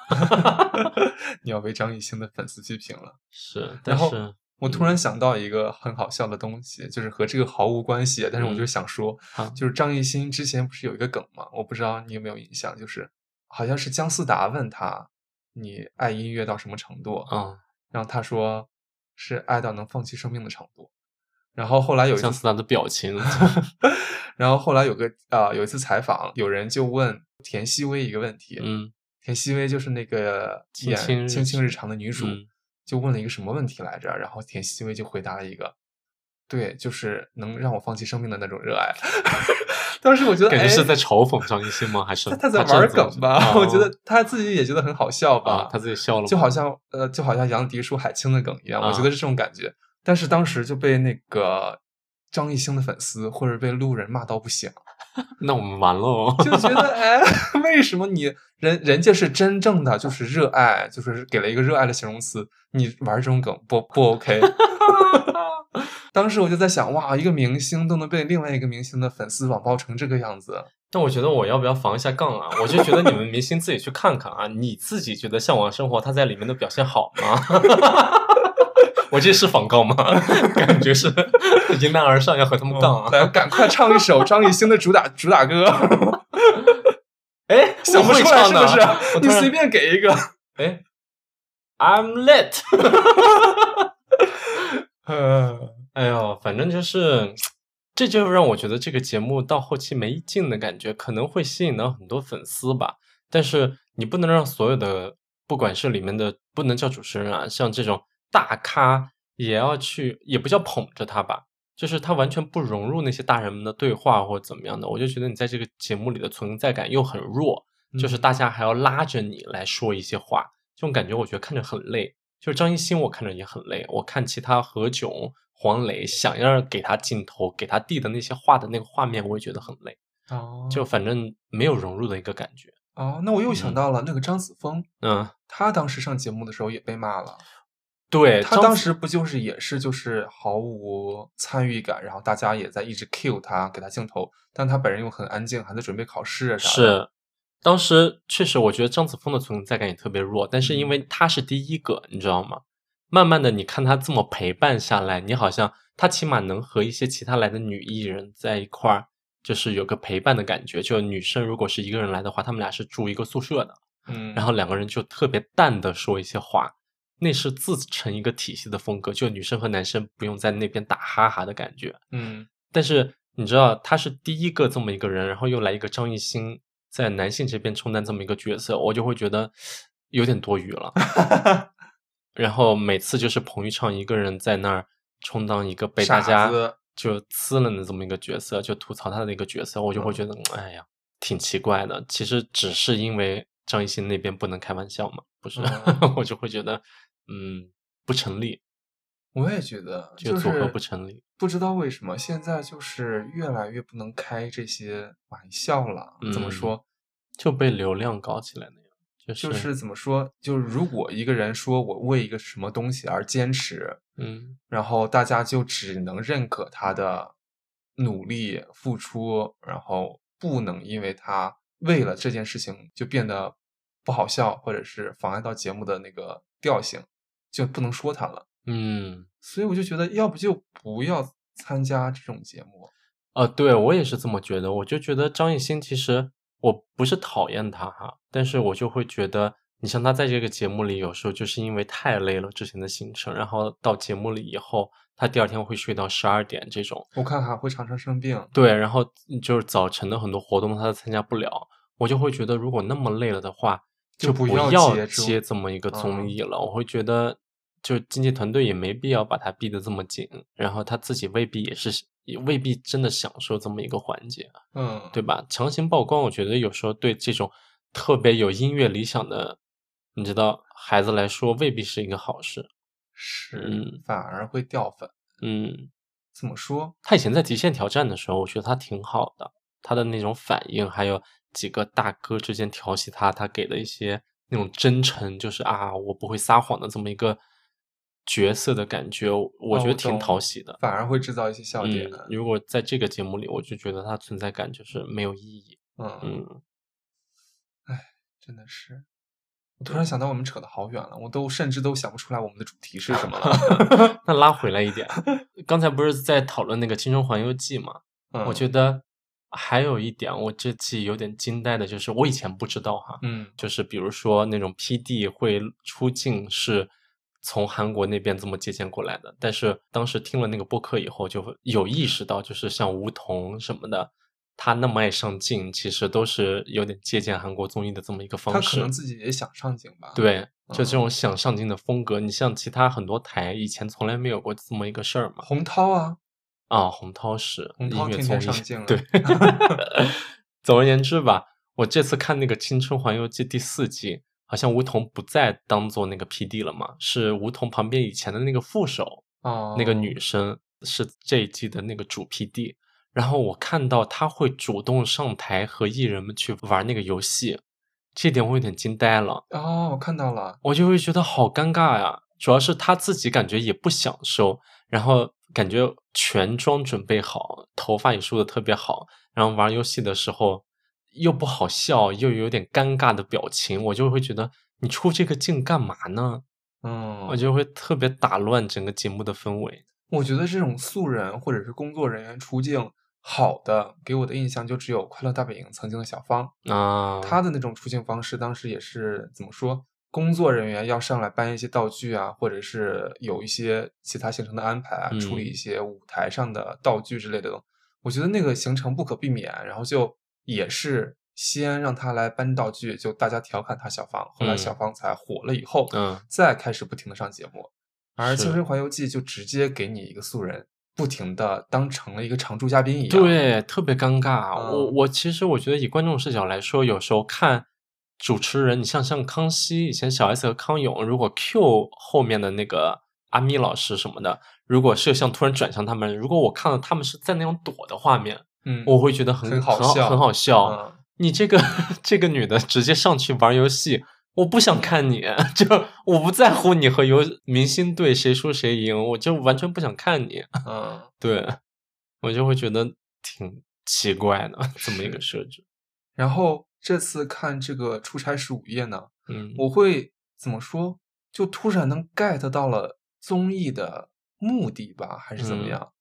S2: 你要为张艺兴的粉丝批评了。
S1: 是，但
S2: 然后
S1: 是嗯
S2: 我突然想到一个很好笑的东西，就是和这个毫无关系，但是我
S1: 嗯
S2: 就想说，
S1: 啊，
S2: 就是张艺兴之前不是有一个梗吗？我不知道你有没有印象，就是好像是姜思达问他，你爱音乐到什么程度，
S1: 嗯，
S2: 然后他说是爱到能放弃生命的程度。然后后来有一次
S1: 像斯坦的表情，
S2: 然后后来有个啊、有一次采访，有人就问田曦薇一个问题，
S1: 嗯
S2: 田曦薇就是那个
S1: 青
S2: 演
S1: 青
S2: 《
S1: 日
S2: 青青
S1: 常
S2: 日常》的女主，
S1: 嗯
S2: 就问了一个什么问题来着，然后田曦薇就回答了一个，对，就是能让我放弃生命的那种热爱。 当时我觉得，
S1: 感觉
S2: 哎
S1: 是在嘲讽张艺兴吗？还是
S2: 他他在
S1: 真
S2: 玩
S1: 的这么
S2: 梗吧？
S1: 哦
S2: 我觉得他自己也觉得很好笑吧？
S1: 啊，他自己笑了吗，
S2: 就好像呃，就好像杨迪说海清的梗一样，我觉
S1: 啊
S2: 得是这种感觉。但是当时就被那个张艺兴的粉丝或者被路人骂到不行，
S1: 那我们完哦喽，
S2: 就觉得哎， 为什么你人人家是真正的就是热爱，就是给了一个热爱的形容词，你玩这种梗不不 OK？当时我就在想，哇，一个明星都能被另外一个明星的粉丝网暴成这个样子，
S1: 但我觉得我要不要防一下杠啊？我就觉得你们明星自己去看看啊，你自己觉得《向往生活》他在里面的表现好吗？ 我这是仿杠吗？感觉是迎难而上，要和他们杠啊！
S2: 哦来，赶快唱一 首张艺兴的主打主打歌，
S1: 哎，
S2: 想不
S1: 我会
S2: 出来
S1: 唱
S2: 是
S1: 的
S2: 不是？
S1: 我
S2: 你
S1: 突然
S2: 随便给一 个。
S1: 哎，I'm lit。
S2: 呃，
S1: 哎呦，反正就是，这就让我觉得这个节目到后期没劲的感觉，可能会吸引到很多粉丝吧。但是你不能让所有的，不管是里面的，不能叫主持人啊，像这种大咖也要去，也不叫捧着他吧，就是他完全不融入那些大人们的对话或者怎么样的。我就觉得你在这个节目里的存在感又很弱，
S2: 嗯
S1: 就是大家还要拉着你来说一些话，这种感觉我觉得看着很累。就是张艺兴，我看着也很累。我看其他何炅、黄磊想要给他镜头、给他递的那些画的那个画面，我也觉得很累。
S2: 哦
S1: 就反正没有融入的一个感觉。
S2: 哦，那我又想
S1: 嗯
S2: 到了那个张子枫，
S1: 嗯，
S2: 他当时上节目的时候也被骂了。
S1: 对，
S2: 他
S1: 张
S2: 当
S1: 子
S2: 时不就是也是就是毫无参与感，然后大家也在一直 cue 他，给他镜头，但他本人又很安静，还在准备考试啊啥的。
S1: 是，当时确实我觉得张子枫的存在感也特别弱，但是
S2: 嗯
S1: 因为他是第一个，你知道吗？慢慢的，你看他这么陪伴下来，你好像他起码能和一些其他来的女艺人在一块儿，就是有个陪伴的感觉。就女生如果是一个人来的话，他们俩是住一个宿舍的。
S2: 嗯，
S1: 然后两个人就特别淡的说一些话，那是自成一个体系的风格，就女生和男生不用在那边打哈哈的感觉。
S2: 嗯
S1: 但是你知道他是第一个这么一个人，然后又来一个张艺兴在男性这边充当这么一个角色，我就会觉得有点多余了。然后每次就是彭昱畅一个人在那儿充当一个被大
S2: 傻
S1: 家
S2: 子
S1: 就呲了的这么一个角色，就吐槽他的一个角色，我就
S2: 嗯
S1: 会觉得、哎呀挺奇怪的。其实只是因为张艺兴那边不能开玩笑嘛，不是？
S2: 嗯
S1: 我就会觉得嗯不成立，
S2: 我也觉得
S1: 这
S2: 就
S1: 个组
S2: 是
S1: 合不成立。
S2: 不知道为什么现在就是越来越不能开这些玩笑了。怎么
S1: 嗯
S2: 说？
S1: 就被流量搞起来那样，就是
S2: 就是怎么说？就是如果一个人说我为一个什么东西而坚持，
S1: 嗯。
S2: 然后大家就只能认可他的努力付出，然后不能因为他为了这件事情就变得不好笑，或者是妨碍到节目的那个调性，就不能说他了。
S1: 嗯，
S2: 所以我就觉得，要不就不要参加这种节目。
S1: 啊，对，我也是这么觉得。我就觉得张艺兴其实我不是讨厌他哈，但是我就会觉得，你像他在这个节目里，有时候就是因为太累了之前的行程，然后到节目里以后，他第二天会睡到十二点这种。
S2: 我看还会常常生病。
S1: 对，然后就是早晨的很多活动他都参加不了，我就会觉得如果那么累了的话，就
S2: 就不要
S1: 要
S2: 接这种
S1: 接这么一个综
S2: 嗯
S1: 艺了。我会觉得，就经纪团队也没必要把他逼得这么紧，然后他自己未必也是也未必真的享受这么一个环节，
S2: 嗯，
S1: 对吧？强行曝光，我觉得有时候对这种特别有音乐理想的，你知道孩子来说未必是一个好事。
S2: 是
S1: 嗯，
S2: 反而会掉粉。
S1: 嗯，
S2: 怎么说？
S1: 他以前在《极限挑战》的时候，我觉得他挺好的，他的那种反应，还有几个大哥之间调戏他，他给的一些那种真诚，就是啊，我不会撒谎的这么一个角色的感觉，我觉得挺讨喜的。
S2: 反而会制造一些笑点。
S1: 嗯，如果在这个节目里，我就觉得他存在感就是没有意义。
S2: 嗯
S1: 嗯，
S2: 真的是，我突然想到我们扯得好远了，我都甚至都想不出来我们的主题是什么 了。
S1: 那
S2: 嗯
S1: 拉回来一点，刚才不是在讨论那个《青春环游记》吗？我觉
S2: 得
S1: 得还有一点，我这季有点惊呆的，就是我以前不知道哈，
S2: 嗯
S1: 就是比如说那种 PD 会出镜是从韩国那边这么借鉴过来的，但是当时听了那个播客以后，就会有意识到，就是像吴彤什么的，他那么爱上镜，其实都是有点借鉴韩国综艺的这么一个
S2: 他
S1: 方
S2: 可
S1: 式
S2: 能。自己也想上镜吧。，
S1: 对，就这
S2: 嗯
S1: 种想上镜的风格，你像其他很多台以前从来没有过这么一个事儿嘛。
S2: 洪涛啊，
S1: 啊，洪涛是
S2: 洪涛
S1: 音乐
S2: 天
S1: 综
S2: 天
S1: 艺
S2: 上镜了
S1: 对，总而言之吧，我这次看那个《青春环游记》第四季，好像吴彤不再当做那个 PD 了嘛，是吴彤旁边以前的那个副手，
S2: 哦，
S1: 那个女生是这一季的那个主 PD。然后我看到她会主动上台和艺人们去玩那个游戏，这点我有点惊呆了。
S2: 哦，我看到了，
S1: 我就会觉得好尴尬呀。主要是他自己感觉也不享受，然后感觉全妆准备好，头发也梳的特别好，然后玩游戏的时候又不好笑，又有点尴尬的表情，我就会觉得你出这个镜干嘛呢？
S2: 嗯，
S1: 我就会特别打乱整个节目的氛围。
S2: 我觉得这种素人或者是工作人员出镜，好的给我的印象就只有《快乐大本营》曾经的小芳，
S1: 啊，
S2: 她的那种出镜方式，当时也是怎么说，工作人员要上来搬一些道具啊，或者是有一些其他行程的安排啊，处理
S1: 嗯
S2: 一些舞台上的道具之类的东。我觉得那个行程不可避免，然后就也是先让她来搬道具，就大家调侃她小芳，后来
S1: 嗯
S2: 小芳才火了以后，
S1: 嗯，
S2: 再开始不停的上节目。而《
S1: 是
S2: 青春环游记》就直接给你一个素人，不停的当成了一个常驻嘉宾一样。，
S1: 对，特别尴尬。我
S2: 嗯
S1: 我其实我觉得以观众视角来说，有时候看主持人，你像像康熙以前小 S 和康永，如果 Q 后面的那个阿咪老师什么的，如果摄像突然转向他们，如果我看到他们是在那种躲的画面，
S2: 嗯，
S1: 我会觉得很
S2: 很好
S1: 很
S2: 笑
S1: 好很好笑。
S2: 嗯
S1: 你这个 这个女的直接上去玩游戏，我不想看你， 就我不在乎你和游明星队谁输谁赢，我就完全不想看你。
S2: 嗯，
S1: 对，我就会觉得挺奇怪的这么一个设置。
S2: 然后这次看这个《出差十五夜》呢，
S1: 嗯，
S2: 我会怎么说？就突然能 get 到了综艺的目的吧，还是怎么
S1: 嗯
S2: 样？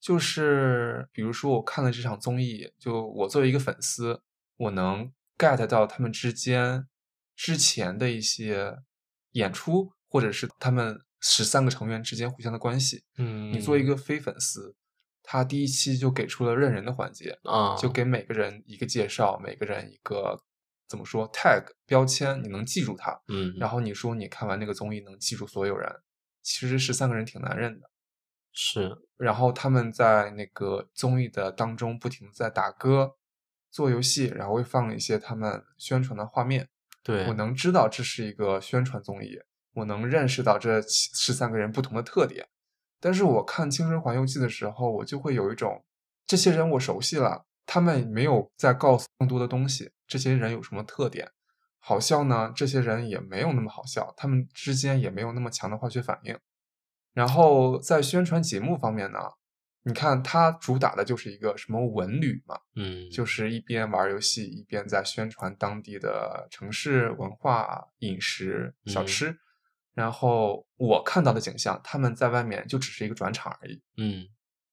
S2: 就是比如说我看了这场综艺，就我作为一个粉丝，我能 get 到他们之间之前的一些演出，或者是他们十三个成员之间互相的关系。
S1: 嗯
S2: 你作为一个非粉丝，他第一期就给出了认人的环节，
S1: 啊，
S2: 就给每个人一个介绍，每个人一个怎么说 tag 标签，你能记住他。
S1: 嗯，
S2: 然后你说你看完那个综艺能记住所有人，其实十三个人挺难认的。
S1: 是
S2: 然后他们在那个综艺的当中不停的在打歌、做游戏，然后会放一些他们宣传的画面。
S1: 对，
S2: 我能知道这是一个宣传综艺，我能认识到这十三个人不同的特点。但是我看《青春环游记》的时候，我就会有一种，这些人我熟悉了，他们没有再告诉更多的东西，这些人有什么特点？好笑呢，这些人也没有那么好笑，他们之间也没有那么强的化学反应。然后在宣传节目方面呢，你看它主打的就是一个什么文旅嘛，
S1: 嗯，
S2: 就是一边玩游戏一边在宣传当地的城市文化、饮食、小
S1: 嗯
S2: 吃。然后我看到的景象，他们在外面就只是一个转场而已，
S1: 嗯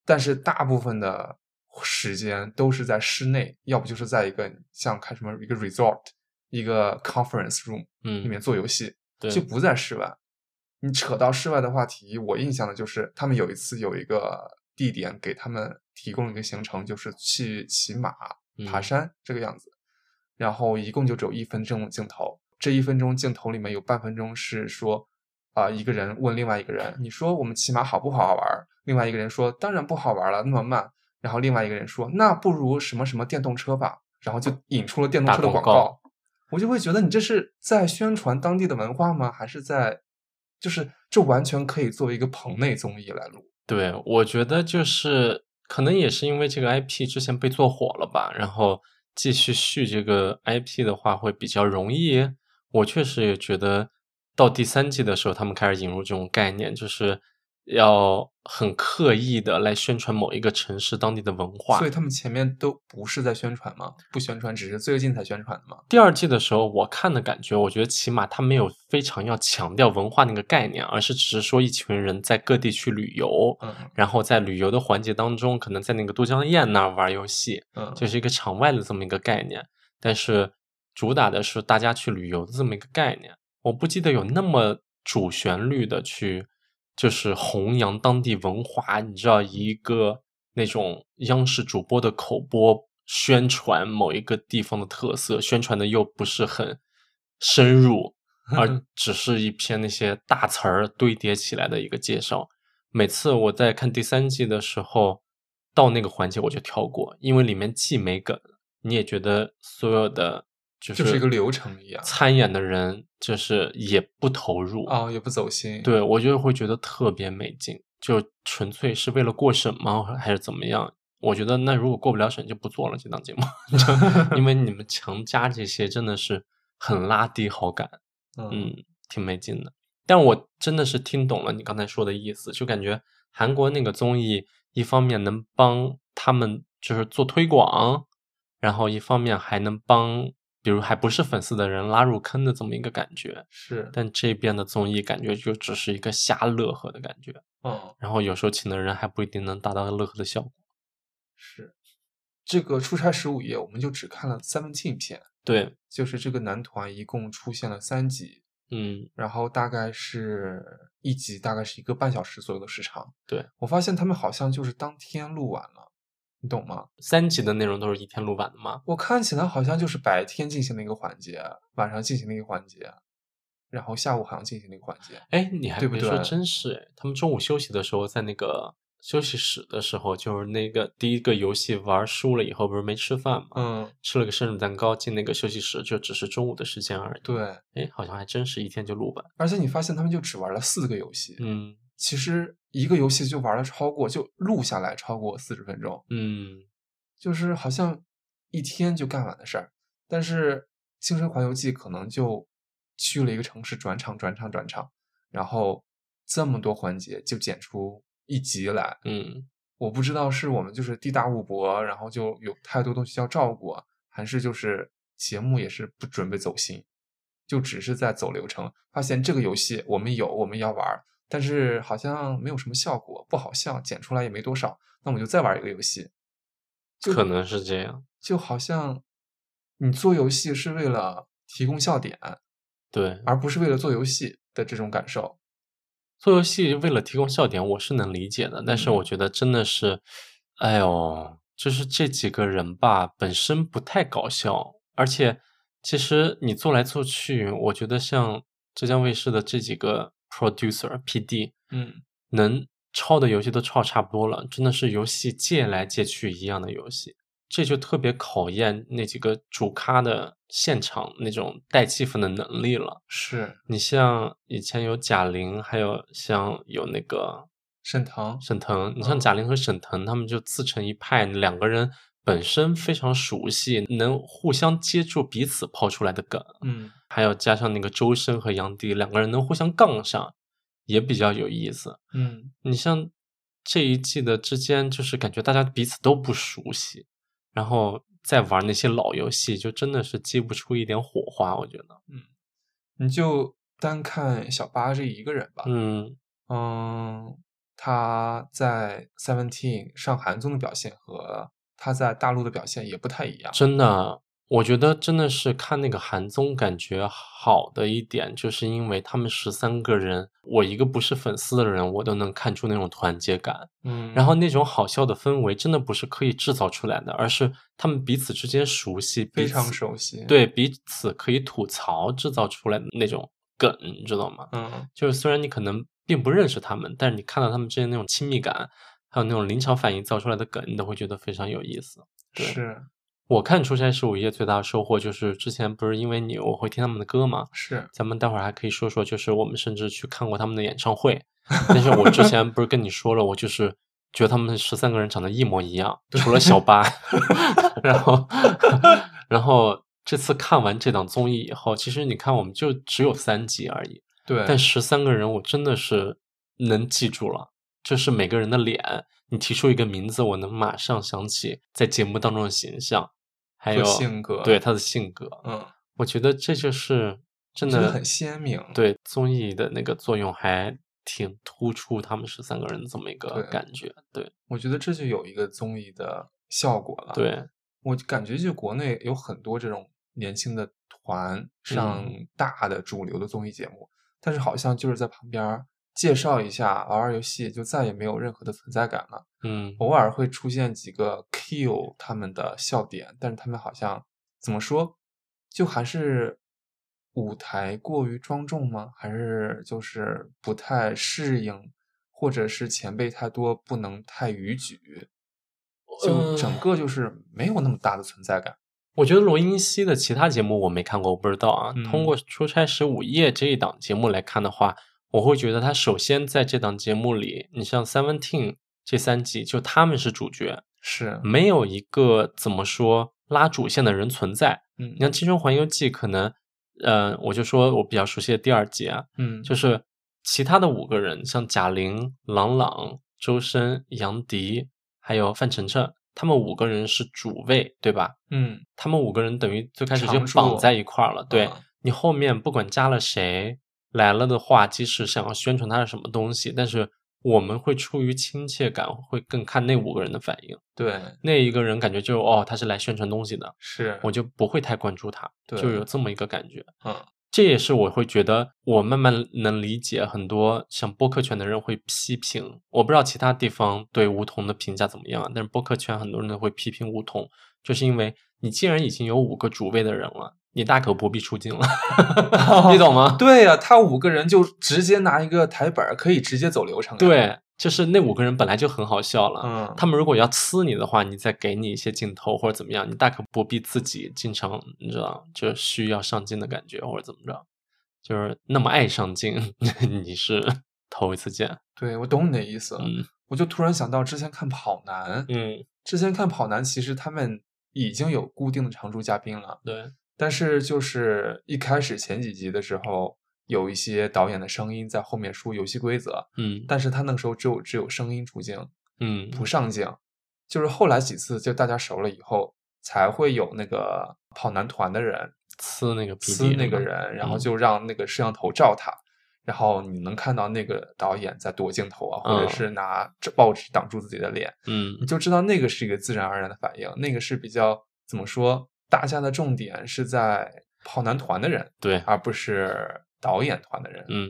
S2: 但是大部分的时间都是在室内，要不就是在一个像开什么一个 resort、一个 conference room
S1: 嗯
S2: 里面做游戏，
S1: 对
S2: 就不在室外。你扯到室外的话题，我印象的就是他们有一次有一个地点给他们提供了一个行程，就是去骑马，爬
S1: 嗯
S2: 山这个样子。然后一共就只有一分钟的镜头，这一分钟镜头里面有半分钟是说，啊、一个人问另外一个人，你说我们骑马好不好玩儿？另外一个人说，当然不好玩了，那么慢。然后另外一个人说，那不如什么什么电动车吧。然后就引出了电动
S1: 打
S2: 车的
S1: 广
S2: 广
S1: 告
S2: 告，我就会觉得你这是在宣传当地的文化吗？还是在，就是这完全可以作为一个棚内综艺来录。
S1: 对，我觉得就是可能也是因为这个 IP 之前被做火了吧，然后继续续这个 IP 的话会比较容易。我确实也觉得到第三季的时候，他们开始引入这种概念，就是要很刻意的来宣传某一个城市当地的文化
S2: 所以。他们前面都不是在宣传吗？不宣传，只是最近才宣传的吗？
S1: 第二季的时候，我看的感觉，我觉得起码他没有非常要强调文化那个概念，而是只是说一群人在各地去旅游，
S2: 嗯
S1: 然后在旅游的环节当中，可能在那个都江堰那儿玩游戏，
S2: 嗯，
S1: 就是一个场外的这么一个概念。但是主打的是大家去旅游的这么一个概念。我不记得有那么主旋律的去，就是弘扬当地文化。你知道，一个那种央视主播的口播宣传某一个地方的特色，宣传的又不是很深入，而只是一篇那些大词儿堆叠起来的一个介绍。每次我在看第三季的时候，到那个环节我就跳过，因为里面既没梗，你也觉得所有的就
S2: 就是一个流程一样
S1: 参演的人就是也不投入。
S2: 哦，也不走心。，
S1: 对我就会觉得特别没劲，就纯粹是为了过审吗？还是怎么样？我觉得那如果过不了审就不做了这档节目， 就因为你们强加这些真的是很拉低好感。
S2: 嗯，
S1: 嗯，挺没劲的。但我真的是听懂了你刚才说的意思，就感觉韩国那个综艺，一方面能帮他们就是做推广，然后一方面还能帮，比如还不是粉丝的人拉入坑的这么一个感觉。
S2: 是，
S1: 但这边的综艺感觉就只是一个瞎乐呵的感觉，
S2: 嗯，
S1: 然后有时候请的人还不一定能达到乐呵的效果。
S2: 是。这个《出差十五夜》，我们就只看了 Seventeen 篇，
S1: 对，
S2: 就是这个男团一共出现了三集，
S1: 嗯，
S2: 然后大概是一集大概是一个半小时左右的时长。
S1: 对
S2: 我发现他们好像就是当天录完了，你懂吗？
S1: 三集的内容都是一天录完的嘛。
S2: 我看起来好像就是白天进行的一个环节，晚上进行的一个环节，然后下午好像进行的一个环节。
S1: 哎，你还
S2: 对
S1: 别
S2: 不
S1: 说，
S2: 对
S1: 真是哎，他们中午休息的时候，在那个休息室的时候，就是那个第一个游戏玩输了以后，不是没吃饭嘛，
S2: 嗯，
S1: 吃了个生日蛋糕，进那个休息室就只是中午的时间而已。，
S2: 对。
S1: 哎，好像还真是一天就录完。
S2: 而且你发现他们就只玩了四个游戏，
S1: 嗯
S2: 其实一个游戏就玩了超过，就录下来超过四十分钟，
S1: 嗯，
S2: 就是好像一天就干完的事儿。但是《青春环游记》可能就去了一个城市转场转场转场，然后这么多环节就剪出一集来，
S1: 嗯，
S2: 我不知道是我们就是地大物博，然后就有太多东西要照顾啊，还是就是节目也是不准备走心，就只是在走流程。发现这个游戏我们有，我们要玩儿，但是好像没有什么效果，不好笑，剪出来也没多少，那我们就再玩一个游戏。就
S1: 可能是这样。
S2: 就好像你做游戏是为了提供笑点，
S1: 对，
S2: 而不是为了做游戏的这种感受。
S1: 做游戏为了提供笑点，我是能理解的，但是
S2: 嗯
S1: 我觉得真的是，哎呦，就是这几个人吧，本身不太搞笑，而且其实你做来做去，我觉得像浙江卫视的这几个 producer PD
S2: 嗯，
S1: 能抄的游戏都抄差不多了，真的是游戏借来借去一样的游戏，这就特别考验那几个主咖的现场那种带气氛的能力了。
S2: 是
S1: 你像以前有贾玲，还有像有那个
S2: 沈腾，
S1: 沈腾，你
S2: 嗯
S1: 像贾玲和沈腾，他们就自成一派，两个人本身非常熟悉，能互相接住彼此抛出来的梗，
S2: 嗯，
S1: 还有加上那个周深和杨迪两个人能互相杠上，也比较有意思。
S2: 嗯，
S1: 你像这一季的之间，就是感觉大家彼此都不熟悉，然后再玩那些老游戏，就真的是激不出一点火花，我觉得。
S2: 你就单看小八这一个人吧。
S1: 嗯
S2: 嗯，他在 Seventeen 上韩综的表现和他在大陆的表现也不太一样。
S1: 真的，我觉得真的是看那个韩综，感觉好的一点，就是因为他们十三个人，我一个不是粉丝的人，我都能看出那种团结感，
S2: 嗯
S1: 然后那种好笑的氛围，真的不是刻意制造出来的，而是他们彼此之间熟悉，彼
S2: 非常
S1: 此
S2: 熟悉。，
S1: 对彼此可以吐槽制造出来的那种梗，你知道吗？
S2: 嗯，
S1: 就是虽然你可能并不认识他们，但是你看到他们之间那种亲密感，还有那种临场反应造出来的梗，你都会觉得非常有意思。对
S2: 是
S1: 我看《出差十五夜》最大的收获就是之前不是因为你我会听他们的歌嘛，
S2: 是，
S1: 咱们待会儿还可以说说，就是我们甚至去看过他们的演唱会。但是我之前不是跟你说了，我就是觉得他们十三个人长得一模一样，除了小八。然后，然后这次看完这档综艺以后，其实你看我们就只有三集而已，
S2: 对，
S1: 但十三个人我真的是能记住了，这是每个人的脸，你提出一个名字，我能马上想起在节目当中的形象，还有
S2: 和性格
S1: 对他的性格，
S2: 嗯，
S1: 我觉得这就是真
S2: 真
S1: 的
S2: 的很鲜明
S1: 对综艺的那个作用还挺突出他们十三个人这么一个
S2: 对
S1: 感觉，对
S2: 我觉得这就有一个综艺的效果了。，
S1: 对
S2: 我感觉就国内有很多这种年轻的团上
S1: 嗯
S2: 大的主流的综艺节目，但是好像就是在旁边儿介绍一下玩玩游戏，就再也没有任何的存在感了。
S1: 嗯
S2: 偶尔会出现几个 kill 他们的笑点，但是他们好像怎么说，就还是舞台过于庄重吗？还是就是不太适应，或者是前辈太多不能太逾矩，就
S1: 呃
S2: 整个就是没有那么大的存在感。
S1: 我觉得罗英熙的其他节目我没看过，我不知道啊。
S2: 嗯
S1: 通过《出差十五夜》这一档节目来看的话，我会觉得他首先在这档节目里，你像 Seventeen 这三集，就他们是主角，
S2: 是，
S1: 没有一个怎么说拉主线的人存在。
S2: 嗯
S1: 你像《青春环游记》，可能，呃，我就说我比较熟悉的第二集啊，
S2: 嗯，
S1: 就是其他的五个人，像贾玲、郎朗、周深、杨迪，还有范丞丞，他们五个人是主位，对吧？
S2: 嗯，
S1: 他们五个人等于最开始就
S2: 常驻
S1: 绑在一块儿了。对、
S2: 啊
S1: 你后面不管加了谁来了的话，即使想要宣传他是什么东西，但是我们会出于亲切感，会更看那五个人的反应。
S2: 对，
S1: 那一个人感觉就哦，他是来宣传东西的，
S2: 是，
S1: 我就不会太关注他，
S2: 对
S1: 就有这么一个感觉。
S2: 嗯，
S1: 这也是我会觉得，我慢慢能理解很多像播客圈的人会批评。我不知道其他地方对梧桐的评价怎么样啊，但是播客圈很多人会批评梧桐，就是因为你既然已经有五个主位的人了，你大可不必出 镜了，你懂吗？
S2: 对呀、他五个人就直接拿一个台本儿，可以直接走流程。，
S1: 对，就是那五个人本来就很好笑了，
S2: 嗯，
S1: 他们如果要呲你的话，你再给你一些镜头或者怎么样，你大可不必自己经常你知道就需要上镜的感觉或者怎么着，就是那么爱上镜， 你是头一次见。
S2: 对我懂你的意思。
S1: 嗯
S2: 我就突然想到之前看《跑男》，
S1: 嗯，
S2: 之前看《跑男》，其实他们已经有固定的常驻嘉宾了，
S1: 对，
S2: 但是就是一开始前几集的时候，有一些导演的声音在后面说游戏规则，
S1: 嗯
S2: 但是他那个时候只有只有声音出镜，
S1: 嗯
S2: 不上镜。就是后来几次，就大家熟了以后，才会有那个跑男团的人
S1: 呲那个 PD
S2: 撕那
S1: 是
S2: 个
S1: 吧，
S2: 人，然后
S1: 嗯
S2: 就让那个摄像头照他，然后你能看到那个导演在躲镜头啊，或者
S1: 嗯
S2: 是拿这报纸挡住自己的脸，你
S1: 嗯
S2: 就知道那个是一个自然而然的反应，那个是比较怎么说，大家的重点是在跑男团的人，
S1: 对，
S2: 而不是导演团的人。
S1: 嗯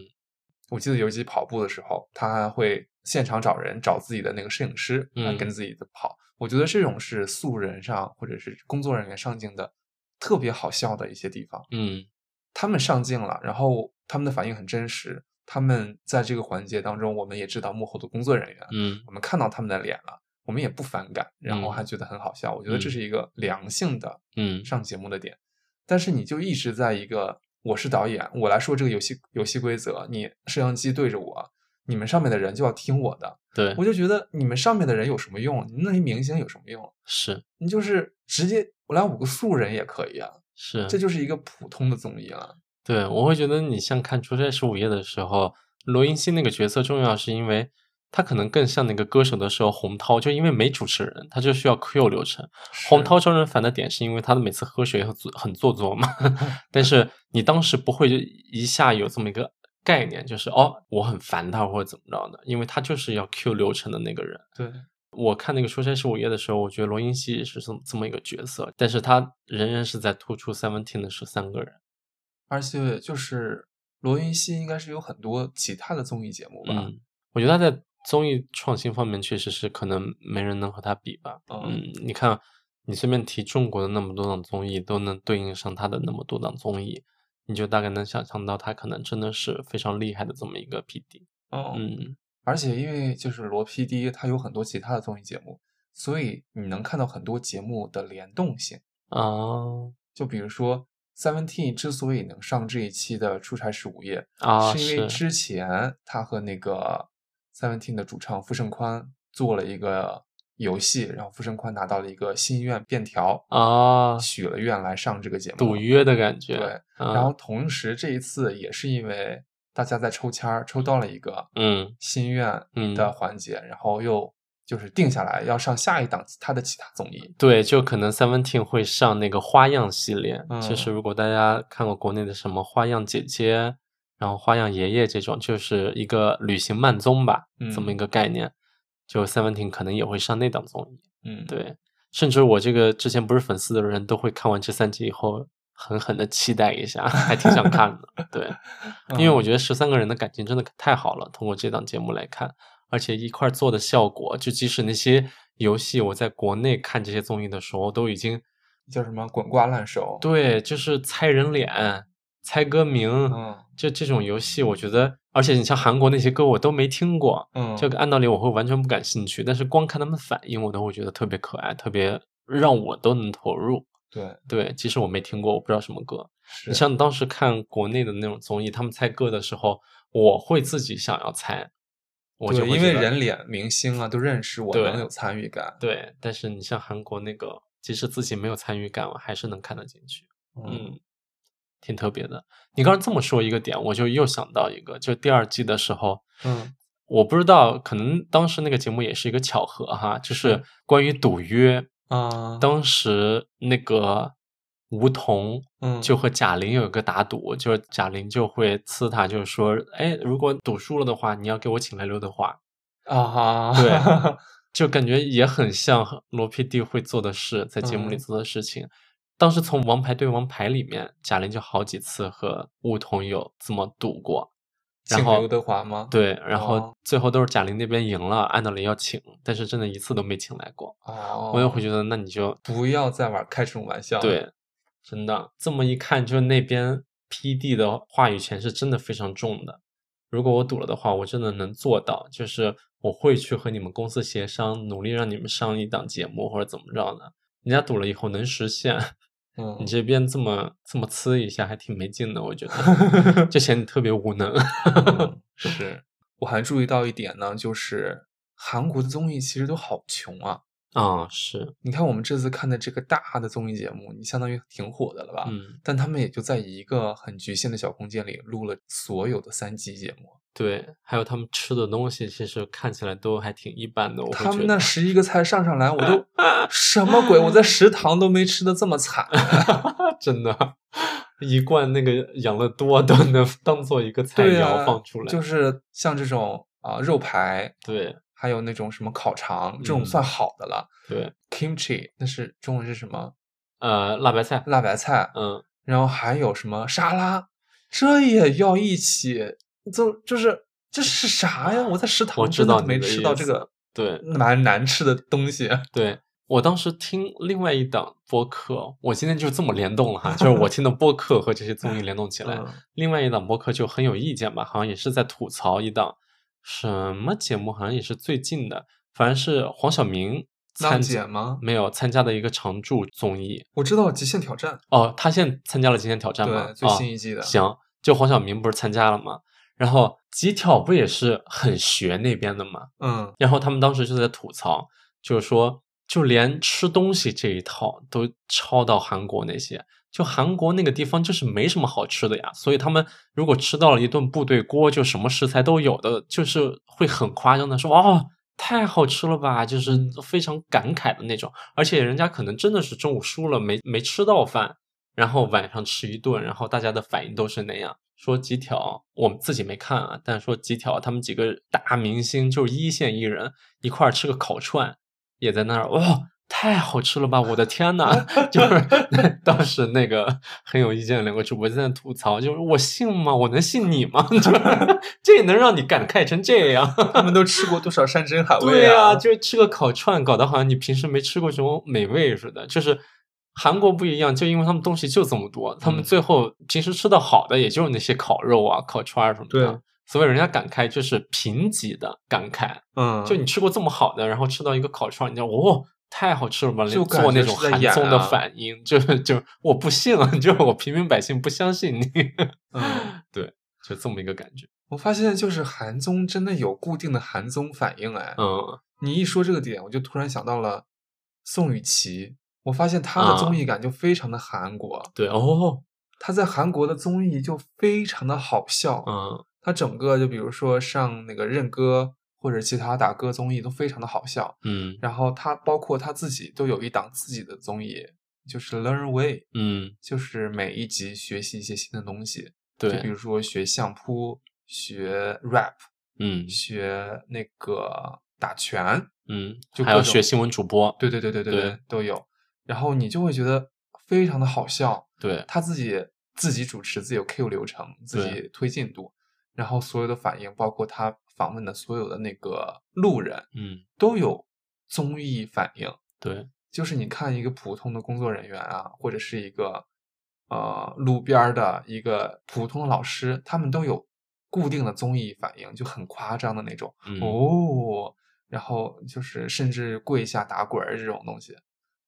S2: 我记得有一集跑步的时候，他还会现场找人找自己的那个摄影师来
S1: 嗯
S2: 跟自己的跑。我觉得这种是素人上或者是工作人员上镜的特别好笑的一些地方。
S1: 嗯
S2: 他们上镜了，然后他们的反应很真实。他们在这个环节当中，我们也知道幕后的工作人员，
S1: 嗯
S2: 我们看到他们的脸了，我们也不反感，然后
S1: 嗯
S2: 还觉得很好笑。我觉得这
S1: 嗯
S2: 是一个良性的
S1: 嗯
S2: 上节目的点，但是你就一直在一个我是导演，我来说这个游戏游戏规则，你摄像机对着我，你们上面的人就要听我的，
S1: 对，
S2: 我就觉得你们上面的人有什么用？你那些明星有什么用？
S1: 是
S2: 你就是直接我来五个素人也可以啊，
S1: 是，
S2: 这就是一个普通的综艺了。
S1: 对，我会觉得你像看《出差十五夜》的时候，罗云熙那个角色重要，是因为他可能更像那个歌手的时候，洪涛就因为没主持人，他就需要 Q 流程。洪
S2: 是
S1: 涛招人烦的点是因为他的每次喝水很做很做作嘛，但是你当时不会一下有这么一个概念，就是哦，我很烦他或者怎么着的，因为他就是要 Q 流程的那个人。
S2: 对，
S1: 我看那个《出差十五夜》的时候，我觉得罗云熙也是这么这么一个角色，但是他仍然是在突出 Seventeen 的十三个人。
S2: 而且就是罗云熙应该是有很多其他的综艺节目吧？
S1: 嗯，我觉得他在综艺创新方面确实是可能没人能和他比吧。
S2: 嗯
S1: 嗯，你看，你随便提中国的那么多档综艺，都能对应上他的那么多档综艺，你就大概能想象到他可能真的是非常厉害的这么一个 PD。
S2: 哦
S1: 嗯，
S2: 而且因为就是罗 PD 他有很多其他的综艺节目，所以你能看到很多节目的联动性。
S1: 啊
S2: 就比如说 Seventeen 之所以能上这一期的《出差十五夜》
S1: 啊
S2: 是因为
S1: 是，
S2: 之前他和那个 Seventeen 的主唱傅盛宽做了一个游戏，然后傅盛宽拿到了一个心愿便条，
S1: 啊，
S2: 许了愿来上这个节目。
S1: 赌约的感觉。
S2: 对，
S1: 啊
S2: 然后同时这一次也是因为大家在抽签儿，抽到了一个
S1: 嗯
S2: 心愿
S1: 嗯
S2: 的环节，然后又就是定下来要上下一档他的其他综艺。
S1: 对，就可能 Seventeen 会上那个花样系列，就
S2: 嗯
S1: 是如果大家看过国内的什么花样姐姐，然后花样爷爷这种，就是一个旅行慢综吧，这么一
S2: 嗯
S1: 个概念。就 Seventeen 可能也会上那档综艺，
S2: 嗯，，
S1: 对，甚至我这个之前不是粉丝的人都会看完这三集以后，狠狠的期待一下，还挺想看的。对，因为
S2: 嗯
S1: 我觉得十三个人的感情真的太好了，通过这档节目来看，而且一块儿做的效果，就即使那些游戏我在国内看这些综艺的时候，都已经
S2: 叫什么滚瓜烂熟。，
S1: 对，就是猜人脸、猜歌名，
S2: 嗯
S1: 这这种游戏，我觉得，而且你像韩国那些歌我都没听过，
S2: 嗯，
S1: 这个按道理我会完全不感兴趣，但是光看他们反应，我都会觉得特别可爱，特别让我都能投入。
S2: 对
S1: 对，即使我没听过，我不知道什么歌，
S2: 是
S1: 你像当时看国内的那种综艺，他们猜歌的时候，我会自己想要猜，我就
S2: 对，
S1: 会
S2: 因
S1: 觉
S2: 为
S1: 得
S2: 人脸明星啊都认识，我
S1: 对
S2: 能有参与感。
S1: 对，但是你像韩国那个，即使自己没有参与感，我还是能看得进去。嗯，挺特别的。你刚才这么说一个点，我就又想到一个，就第二季的时候，
S2: 嗯
S1: 我不知道，可能当时那个节目也是一个巧合哈，就是
S2: 是
S1: 关于赌约，
S2: 啊，
S1: 当时那个吴彤
S2: 嗯
S1: 就和贾玲有一个打赌，就是贾玲就会呲他，就是说，哎，如果赌输了的话，你要给我请来刘德华，
S2: 啊哈，
S1: 对就感觉也很像罗 PD 会做的事，在节目里
S2: 嗯
S1: 做的事情。当时从《王牌对王牌》里面，贾玲就好几次和吴桐有这么赌过，然
S2: 请
S1: 后
S2: 刘德华吗？
S1: 对，然后
S2: 哦
S1: 最后都是贾玲那边赢了，按道理要请，但是真的一次都没请来过。
S2: 哦，
S1: 我也会觉得，那你就
S2: 不要再玩开这种玩笑了。
S1: 对，真的这么一看，就那边 PD 的话语权是真的非常重的。如果我赌了的话，我真的能做到，就是我会去和你们公司协商，努力让你们上一档节目或者怎么着的。人家赌了以后能实现，
S2: 嗯，
S1: 你这边这么这么呲一下，还挺没劲的，我觉得就显得你特别无能。
S2: 嗯 是，我还注意到一点呢，就是韩国的综艺其实都好穷啊。
S1: 啊、是，
S2: 你看我们这次看的这个大的综艺节目，你相当于挺火的了吧？
S1: 嗯，
S2: 但他们也就在一个很局限的小空间里录了所有的三期节目。
S1: 对，还有他们吃的东西，其实看起来都还挺一般的，我会
S2: 他
S1: 觉
S2: 们
S1: 得
S2: 那十一个菜上上来，我 都什么鬼？我在食堂都没吃的这么惨。
S1: 真的，一罐那个养乐多都能当做一个菜
S2: 对
S1: 肴
S2: 啊，
S1: 放出来。
S2: 就是像这种啊、肉排，
S1: 对
S2: 还有那种什么烤肠，这种
S1: 嗯
S2: 算好的了。
S1: 对，
S2: kimchi 那是中文是什么？
S1: 呃，辣白菜，
S2: 辣白菜，
S1: 嗯，
S2: 然后还有什么沙拉，这也要一起，就就是这是啥呀？我在食
S1: 我
S2: 堂
S1: 知
S2: 真的
S1: 道你
S2: 没
S1: 的
S2: 吃
S1: 意
S2: 到这
S1: 思嗯
S2: 个
S1: 对
S2: 蛮难吃的东西。
S1: 对。我当时听另外一档播客，我今天就这么联动了哈，就是我听的播客和这些综艺联动起来。
S2: 嗯
S1: 另外一档播客就很有意见吧，好像也是在吐槽一档什么节目，好像也是最近的，反正是黄晓明参
S2: 浪姐吗？
S1: 没有参加的一个常驻综艺，
S2: 我知道《极限挑战
S1: 哦，他现在参加了《极限挑战》吗？
S2: 对，最
S1: 哦
S2: 新一季的。
S1: 行，就黄晓明不是参加了吗？然后极挑不也是很学那边的吗？
S2: 嗯，
S1: 然后他们当时就在吐槽，就是说，就连吃东西这一套都抄到韩国那些，就韩国那个地方就是没什么好吃的呀，所以他们如果吃到了一顿部队锅，就什么食材都有的，就是会很夸张的说，哦，太好吃了吧，就是非常感慨的那种。而且人家可能真的是中午输了，没没吃到饭，然后晚上吃一顿，然后大家的反应都是那样。说几条，我们自己没看啊，但说几条，他们几个大明星就是一线艺人一块儿吃个烤串，也在那儿，哇、太好吃了吧！我的天呐， 就是 当时那个很有意见的两个主播在那吐槽，就是我信吗？我能信你吗？ 就是这也能让你感慨成这样？
S2: 他们都吃过多少山珍海
S1: 对
S2: 味啊？
S1: 就吃个烤串，搞得好像你平时没吃过什么美味似的。就是韩国不一样，就因为他们东西就这么多，他们
S2: 嗯
S1: 最后平时吃的好的也就是那些烤肉啊、烤串儿什么
S2: 对
S1: 的。所以人家感慨就是贫瘠的感慨，
S2: 嗯，
S1: 就你吃过这么好的，然后吃到一个烤串，你就哦。太好吃了吧！
S2: 就感
S1: 做那
S2: 觉
S1: 种
S2: 是在
S1: 韩
S2: 演
S1: 综的
S2: 啊
S1: 反应，就是就是我不信啊， 就是我平民百姓不相信你，
S2: 嗯，
S1: 对，就这么一个感觉。
S2: 我发现就是韩综真的有固定的韩综反应哎。
S1: 嗯，
S2: 你一说这个点，我就突然想到了宋雨琦。我发现她的
S1: 啊
S2: 综艺感就非常的韩国，
S1: 对哦，
S2: 她在韩国的综艺就非常的好笑，
S1: 嗯
S2: 他整个就比如说上那个认哥或者其他打歌综艺都非常的好笑，
S1: 嗯
S2: 然后他包括他自己都有一档自己的综艺，就是 Learn Way，
S1: 嗯，
S2: 就是每一集学习一些新的东西，就比
S1: 对，
S2: 如说学相扑、学 rap、
S1: 嗯
S2: 学那个打拳，
S1: 嗯，
S2: 就
S1: 还要
S2: 各种
S1: 学新闻主播，
S2: 对对对对对
S1: 对
S2: 对，都有。然后你就会觉得非常的好笑，
S1: 对
S2: 他自己自己主持，自己有 Q 流程，自己推进度，然后所有的反应，包括他访问的所有的那个路人，
S1: 嗯
S2: 都有综艺反应。
S1: 对，
S2: 就是你看一个普通的工作人员啊，或者是一个呃路边儿的一个普通的老师，他们都有固定的综艺反应，就很夸张的那种、
S1: 嗯
S2: 哦，然后就是甚至跪下打滚儿这种东西。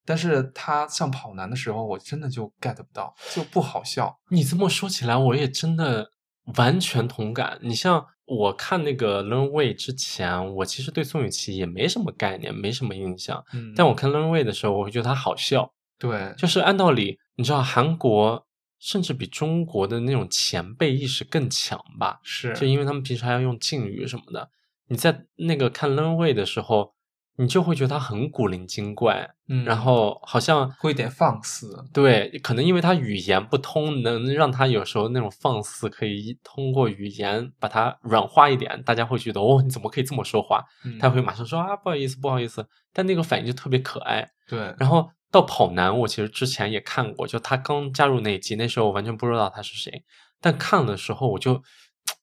S2: 但是他上跑男的时候，我真的就 get 不到，就不好笑。
S1: 你这么说起来，我也真的完全同感。你像我看那个《Learn Way》之前，我其实对宋雨琦也没什么概念，没什么印象。
S2: 嗯，
S1: 但我看《Learn Way》的时候，我会觉得她好笑。
S2: 对
S1: 就是按道理，你知道韩国甚至比中国的那种前辈意识更强吧？
S2: 是
S1: 就因为他们平时还要用敬语什么的。你在那个看《Learn Way》的时候，你就会觉得他很古灵精怪，
S2: 嗯，
S1: 然后好像
S2: 会有点放肆，
S1: 对，可能因为他语言不通，能让他有时候那种放肆，可以通过语言把它软化一点，大家会觉得哦，你怎么可以这么说话？
S2: 嗯
S1: 他会马上说啊，不好意思，不好意思。但那个反应就特别可爱。
S2: 对，
S1: 然后到跑男，我其实之前也看过，就他刚加入那一集，那时候我完全不知道他是谁，但看的时候我就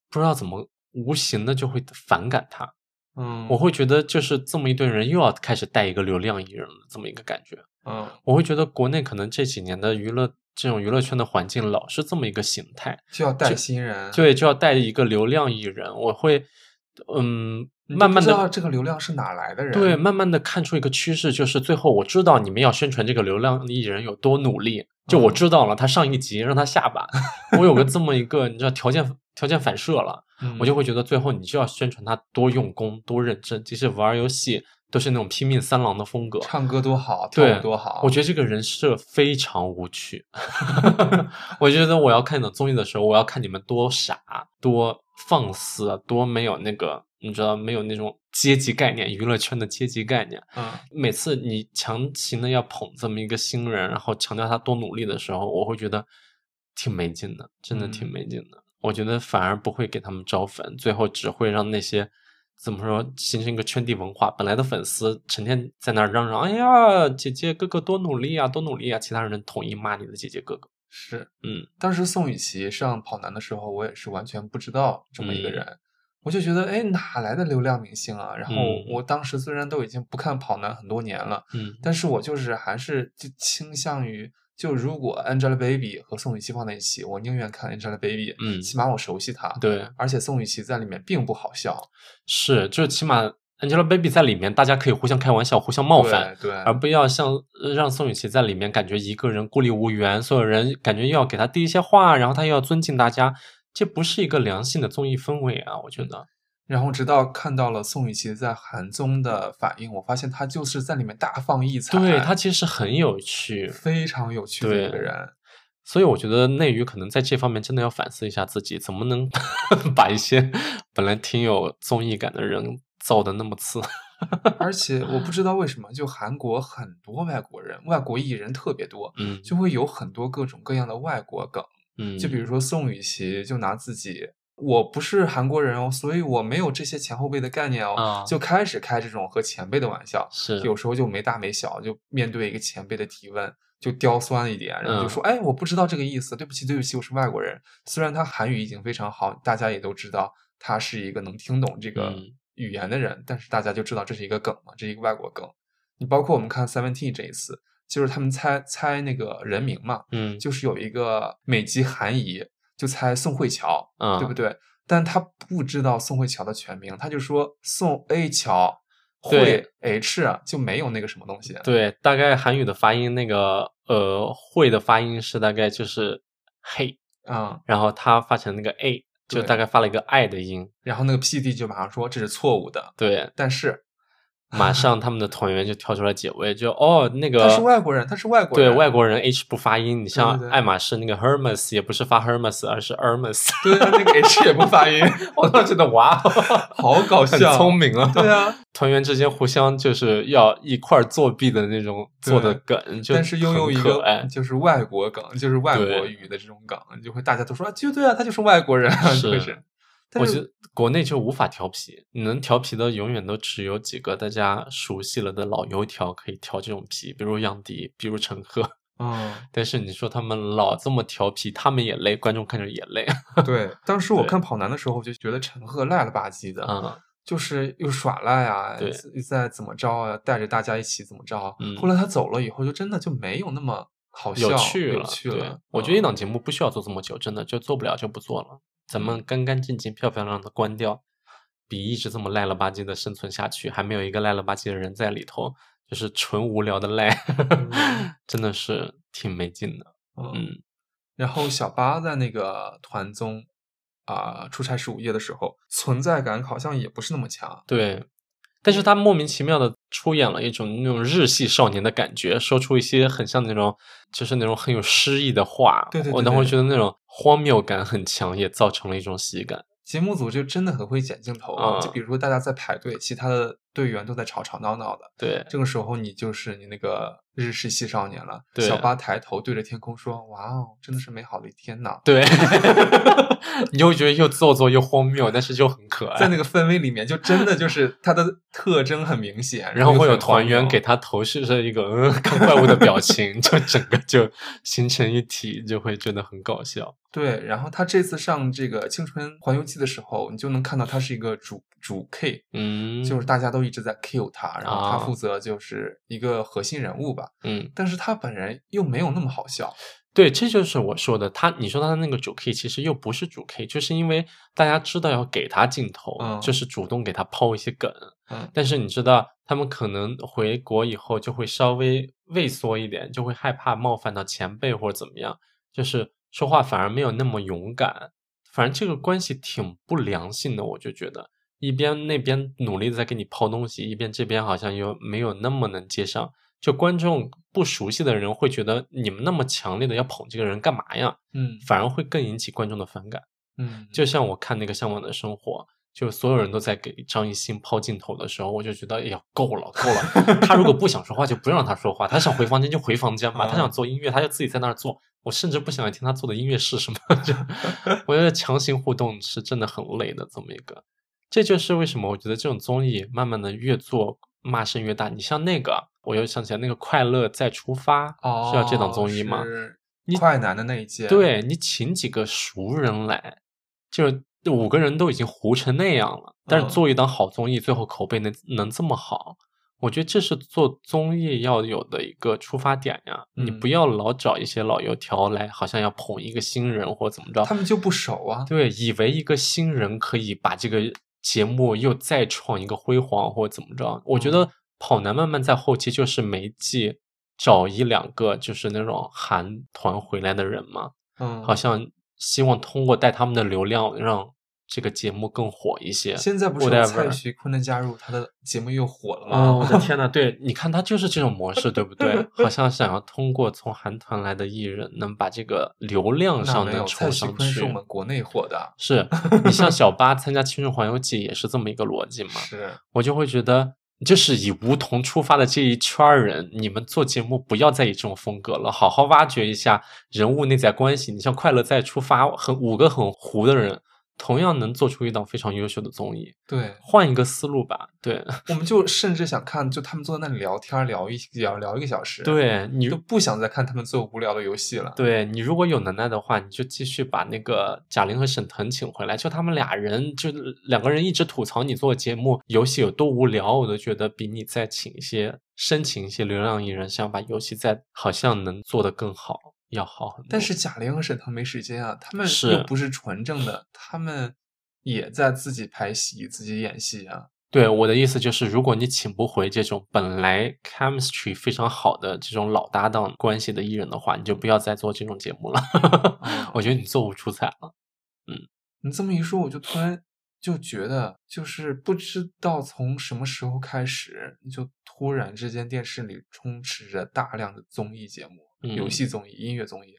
S1: 不知道怎么无形的就会反感他，
S2: 嗯，
S1: 我会觉得就是这么一堆人又要开始带一个流量艺人了，这么一个感觉。
S2: 嗯，
S1: 我会觉得国内可能这几年的娱乐这种娱乐圈的环境老是这么一个形态，
S2: 就要带新人，
S1: 对，就要带一个流量艺人，我会，嗯，
S2: 你
S1: 慢
S2: 不
S1: 慢
S2: 知道
S1: 的。
S2: 这个流量是哪来的人，
S1: 对，慢慢的看出一个趋势，就是最后我知道你们要宣传这个流量艺人有多努力，就我
S2: 嗯
S1: 知道了，他上一集让他下吧，我有个这么一个你知道条件条件反射 了，
S2: 嗯，
S1: 我就会觉得最后你就要宣传他多用功多认真，即使玩游戏都是那种拼命三郎的风格，
S2: 唱歌多好，跳
S1: 对
S2: 舞多好，
S1: 我觉得这个人设非常无趣。 我觉得我要看你的综艺的时候，我要看你们多傻、多放肆、多没有那个，你知道没有那种阶级概念，娱乐圈的阶级概念。
S2: 嗯
S1: 每次你强行的要捧这么一个新人，然后强调他多努力的时候，我会觉得挺没劲的，真的挺
S2: 嗯
S1: 没劲的。我觉得反而不会给他们招粉，最后只会让那些怎么说形成一个圈地文化。本来的粉丝成天在那儿嚷嚷：“哎呀，姐姐哥哥多努力啊，多努力啊！”其他人统一骂你的姐姐哥哥。
S2: 是，
S1: 嗯，
S2: 当时宋雨琦上跑男的时候，我也是完全不知道这么一个
S1: 嗯
S2: 人，我就觉得哎哪来的流量明星啊？然后
S1: 嗯
S2: 我当时虽然都已经不看跑男很多年了，
S1: 嗯
S2: 但是我就是还是就倾向于。就如果 Angelababy 和宋雨琦放在一起，我宁愿看 Angelababy，
S1: 嗯
S2: 起码我熟悉她。
S1: 对，
S2: 而且宋雨琦在里面并不好笑，
S1: 是，就是起码 Angelababy 在里面，大家可以互相开玩笑，互相冒犯。
S2: 对对，
S1: 而不要像呃让宋雨琦在里面感觉一个人孤立无援，所有人感觉又要给他递一些话，然后他又要尊敬大家，这不是一个良性的综艺氛围啊！我觉得，
S2: 然后直到看到了宋雨琦在韩综的反应，我发现她就是在里面大放异彩，
S1: 对他其实很有趣，
S2: 非常有趣
S1: 对
S2: 的一个人。
S1: 所以我觉得内娱可能在这方面真的要反思一下自己，怎么能 把一些本来挺有综艺感的人造的那么 次？
S2: 而且我不知道为什么，就韩国很多外国人、外国艺人特别多，
S1: 嗯
S2: 就会有很多各种各样的外国梗。
S1: 嗯，
S2: 就比如说宋雨琦，就拿自己。我不是韩国人哦，所以我没有这些前后辈的概念哦，
S1: 啊
S2: 就开始开这种和前辈的玩笑，
S1: 是
S2: 有时候就没大没小，就面对一个前辈的提问，就刁钻一点，然后就
S1: 嗯
S2: 说：“哎，我不知道这个意思，对不起，对不起，我是外国人。”虽然他韩语已经非常好，大家也都知道他是一个能听懂这个
S1: 嗯
S2: 语言的人，但是大家就知道这是一个梗嘛，这是一个外国梗。你包括我们看 Seventeen 这一次，就是他们猜猜那个人名嘛，
S1: 嗯
S2: 就是有一个美籍韩裔就猜宋慧乔，
S1: 啊，
S2: 对不对？但他不知道宋慧乔的全名，他就说宋 A 乔。
S1: 对
S2: 会 H 啊就没有那个什么东西，
S1: 对，大概韩语的发音那个呃会的发音是大概就是嘿。
S2: 嗯，
S1: 然后他发成那个 a，就
S2: 对
S1: 大概发了一个 i 的音。
S2: 然后那个 PD 就马上说这是错误的，
S1: 对，
S2: 但是
S1: 马上他们的团员就跳出来解围，就哦那个
S2: 他是外国人，他是外国
S1: 对
S2: 人，
S1: 外国人 H 不发音，你像
S2: 对对
S1: 爱马仕那个 Hermes 也不是发 Hermes，而是 Hermes，
S2: 对啊，那个 H 也不发音，
S1: 我当时 觉得哇，
S2: 好搞
S1: 很
S2: 笑，
S1: 聪明啊！
S2: 对啊，
S1: 团员之间互相就是要一块儿作弊的那种
S2: 对
S1: 做的梗，就
S2: 但是拥有
S1: 很
S2: 一
S1: 可
S2: 个
S1: 爱，
S2: 就是外国梗，就是外国
S1: 对
S2: 语的这种梗，你就会大家都说啊，就对啊，他就是外国人，
S1: 是
S2: 就会是。但
S1: 我
S2: 是
S1: 觉得国内就无法调皮，你能调皮的永远都只有几个大家熟悉了的老油条可以调这种皮，比如杨迪，比如陈赫。
S2: 嗯，
S1: 但是你说他们老这么调皮，他们也累，观众看着也 累。
S2: 对，当时我
S1: 对
S2: 看跑男的时候，我就觉得陈赫赖了吧唧的，
S1: 嗯，
S2: 就是又耍赖啊
S1: 对，
S2: 在怎么着啊，带着大家一起怎么着啊。
S1: 嗯
S2: 后来他走了以后，就真的就没有那么好笑
S1: 有趣
S2: 有
S1: 了，
S2: 趣
S1: 对
S2: 了。
S1: 我觉得一
S2: 嗯
S1: 档节目不需要做这么久，真的就做不了就不做了，咱
S2: 嗯
S1: 们干干净净、漂漂亮亮的关掉，比一直这么赖了吧唧的生存下去，还没有一个赖了吧唧的人在里头，就是纯无聊的赖，
S2: 嗯
S1: 真的是挺没劲的。
S2: 嗯，
S1: 嗯，
S2: 然后小八在那个团综啊、出差十五夜的时候，存在感好像也不是那么强。
S1: 对。但
S2: 嗯
S1: 是他莫名其妙的出演了一种那种日系少年的感觉，说出一些很像那种，就是那种很有诗意的话。
S2: 对对对
S1: 我当
S2: 对
S1: 会觉得那种荒谬感很强，也造成了一种喜感。
S2: 节目组就真的很会剪镜头啊，
S1: 嗯
S2: 就比如说大家在排队，其他的队员都在吵吵闹闹的，
S1: 对，
S2: 这个时候你就是你那个日式系少年了。
S1: 对啊
S2: 小八抬头对着天空说：“哇哦，真的是美好的一 天呐。”
S1: 对，你就会觉得又做作又荒谬，但是就很可爱。
S2: 在那个氛围里面，就真的就是它的特征很明显，
S1: 然后
S2: 又
S1: 会有
S2: 很
S1: 团
S2: 荒
S1: 员
S2: 谬
S1: 给他投射着一个嗯看怪物的表情，就整个就形成一体，就会觉得很搞笑。
S2: 对，然后他这次上这个《青春环游记》的时候，你就能看到他是一个主主 K，、
S1: 嗯，
S2: 就是大家都一直在 Q 他，然后
S1: 啊
S2: 他负责就是一个核心人物吧，
S1: 嗯，
S2: 但是他本人又没有那么好笑，
S1: 对，这就是我说的。他你说他的那个主 K 其实又不是主 K，就是因为大家知道要给他镜头，
S2: 嗯
S1: 就是主动给他抛一些梗。
S2: 嗯，
S1: 但是你知道，他们可能回国以后就会稍微畏缩一点，就会害怕冒犯到前辈或者怎么样，就是说话反而没有那么勇敢。反正这个关系挺不良性的，我就觉得一边那边努力地在给你抛东西，一边这边好像又没有那么能接上。就观众不熟悉的人会觉得你们那么强烈的要捧这个人干嘛呀？
S2: 嗯
S1: 反而会更引起观众的反感。
S2: 嗯，
S1: 就像我看那个《向往的生活》，就所有人都在给张艺兴抛镜头的时候，我就觉得，哎呀，够了，够了。他如果不想说话，就不让他说话；他想回房间就回房间吧；他想做音乐，他就自己在那儿做。我甚至不想听他做的音乐是什么。 就我觉得强行互动是真的很累的，这么一个。这就是为什么我觉得这种综艺慢慢的越做骂声越大。你像那个，我又想起来那个《快乐再出发》，
S2: 哦
S1: 是要这档综艺吗？
S2: 是
S1: 你
S2: 快男的那一届，，
S1: 对你请几个熟人来，就是这五个人都已经糊成那样了，但是
S2: 嗯
S1: 做一档好综艺，最后口碑能能这么好，我觉得这是做综艺要有的一个出发点呀。你不
S2: 嗯
S1: 要老找一些老油条来，好像要捧一个新人或者怎么着
S2: 他，们就不熟啊，
S1: 对，以为一个新人可以把这个节目又再创一个辉煌或者怎么着。我觉
S2: 嗯
S1: 得跑男慢慢在后期就是每一季找一两个就是那种韩团回来的人嘛。
S2: 嗯，
S1: 好像希望通过带他们的流量让这个节目更火一些。
S2: 现在不是有蔡
S1: whatever
S2: 徐坤的加入，他的节目又火了
S1: 啊、
S2: 吗？
S1: 我的天呐，对，你看他就是这种模式，对不对？好像想要通过从韩团来的艺人，能把这个流量
S2: 那
S1: 上
S2: 没
S1: 能
S2: 有，
S1: 冲
S2: 蔡徐
S1: 上
S2: 坤是我
S1: 去。
S2: 们国内火的，
S1: 是你像小八参加《青春环游记》也是这么一个逻辑嘛？
S2: 是。
S1: 我就会觉得，就是以梧桐出发的这一圈儿人，你们做节目不要再以这种风格了，好好挖掘一下人物内在关系。你像《快乐再出发》，很五个很糊的人，同样能做出一档非常优秀的综艺。
S2: 对，
S1: 换一个思路吧，对
S2: 我们就甚至想看，就他们坐在那里聊天儿，聊一聊聊一个小时，，
S1: 对，你
S2: 就不想再看他们做无聊的游戏了。
S1: 对你如果有能耐的话，你就继续把那个贾玲和沈腾请回来，就他们俩人，就两个人一直吐槽你做节目游戏有多无聊，我都觉得比你再请一些申请一些流量艺人，想把游戏再好像能做得更好要好很多。
S2: 但是贾玲和沈腾没时间啊，他们
S1: 是
S2: 又不是纯正的，他们也在自己排戏、自己演戏啊。
S1: 对我的意思就是，如果你请不回这种本来 chemistry 非常好的这种老搭档关系的艺人的话，你就不要再做这种
S2: 嗯
S1: 节目了。我觉得你做不出彩了。
S2: 你这么一说，我就突然就觉得就是不知道从什么时候开始，就突然之间电视里充斥着大量的综艺节目、
S1: 嗯
S2: 游戏综艺、音乐综艺。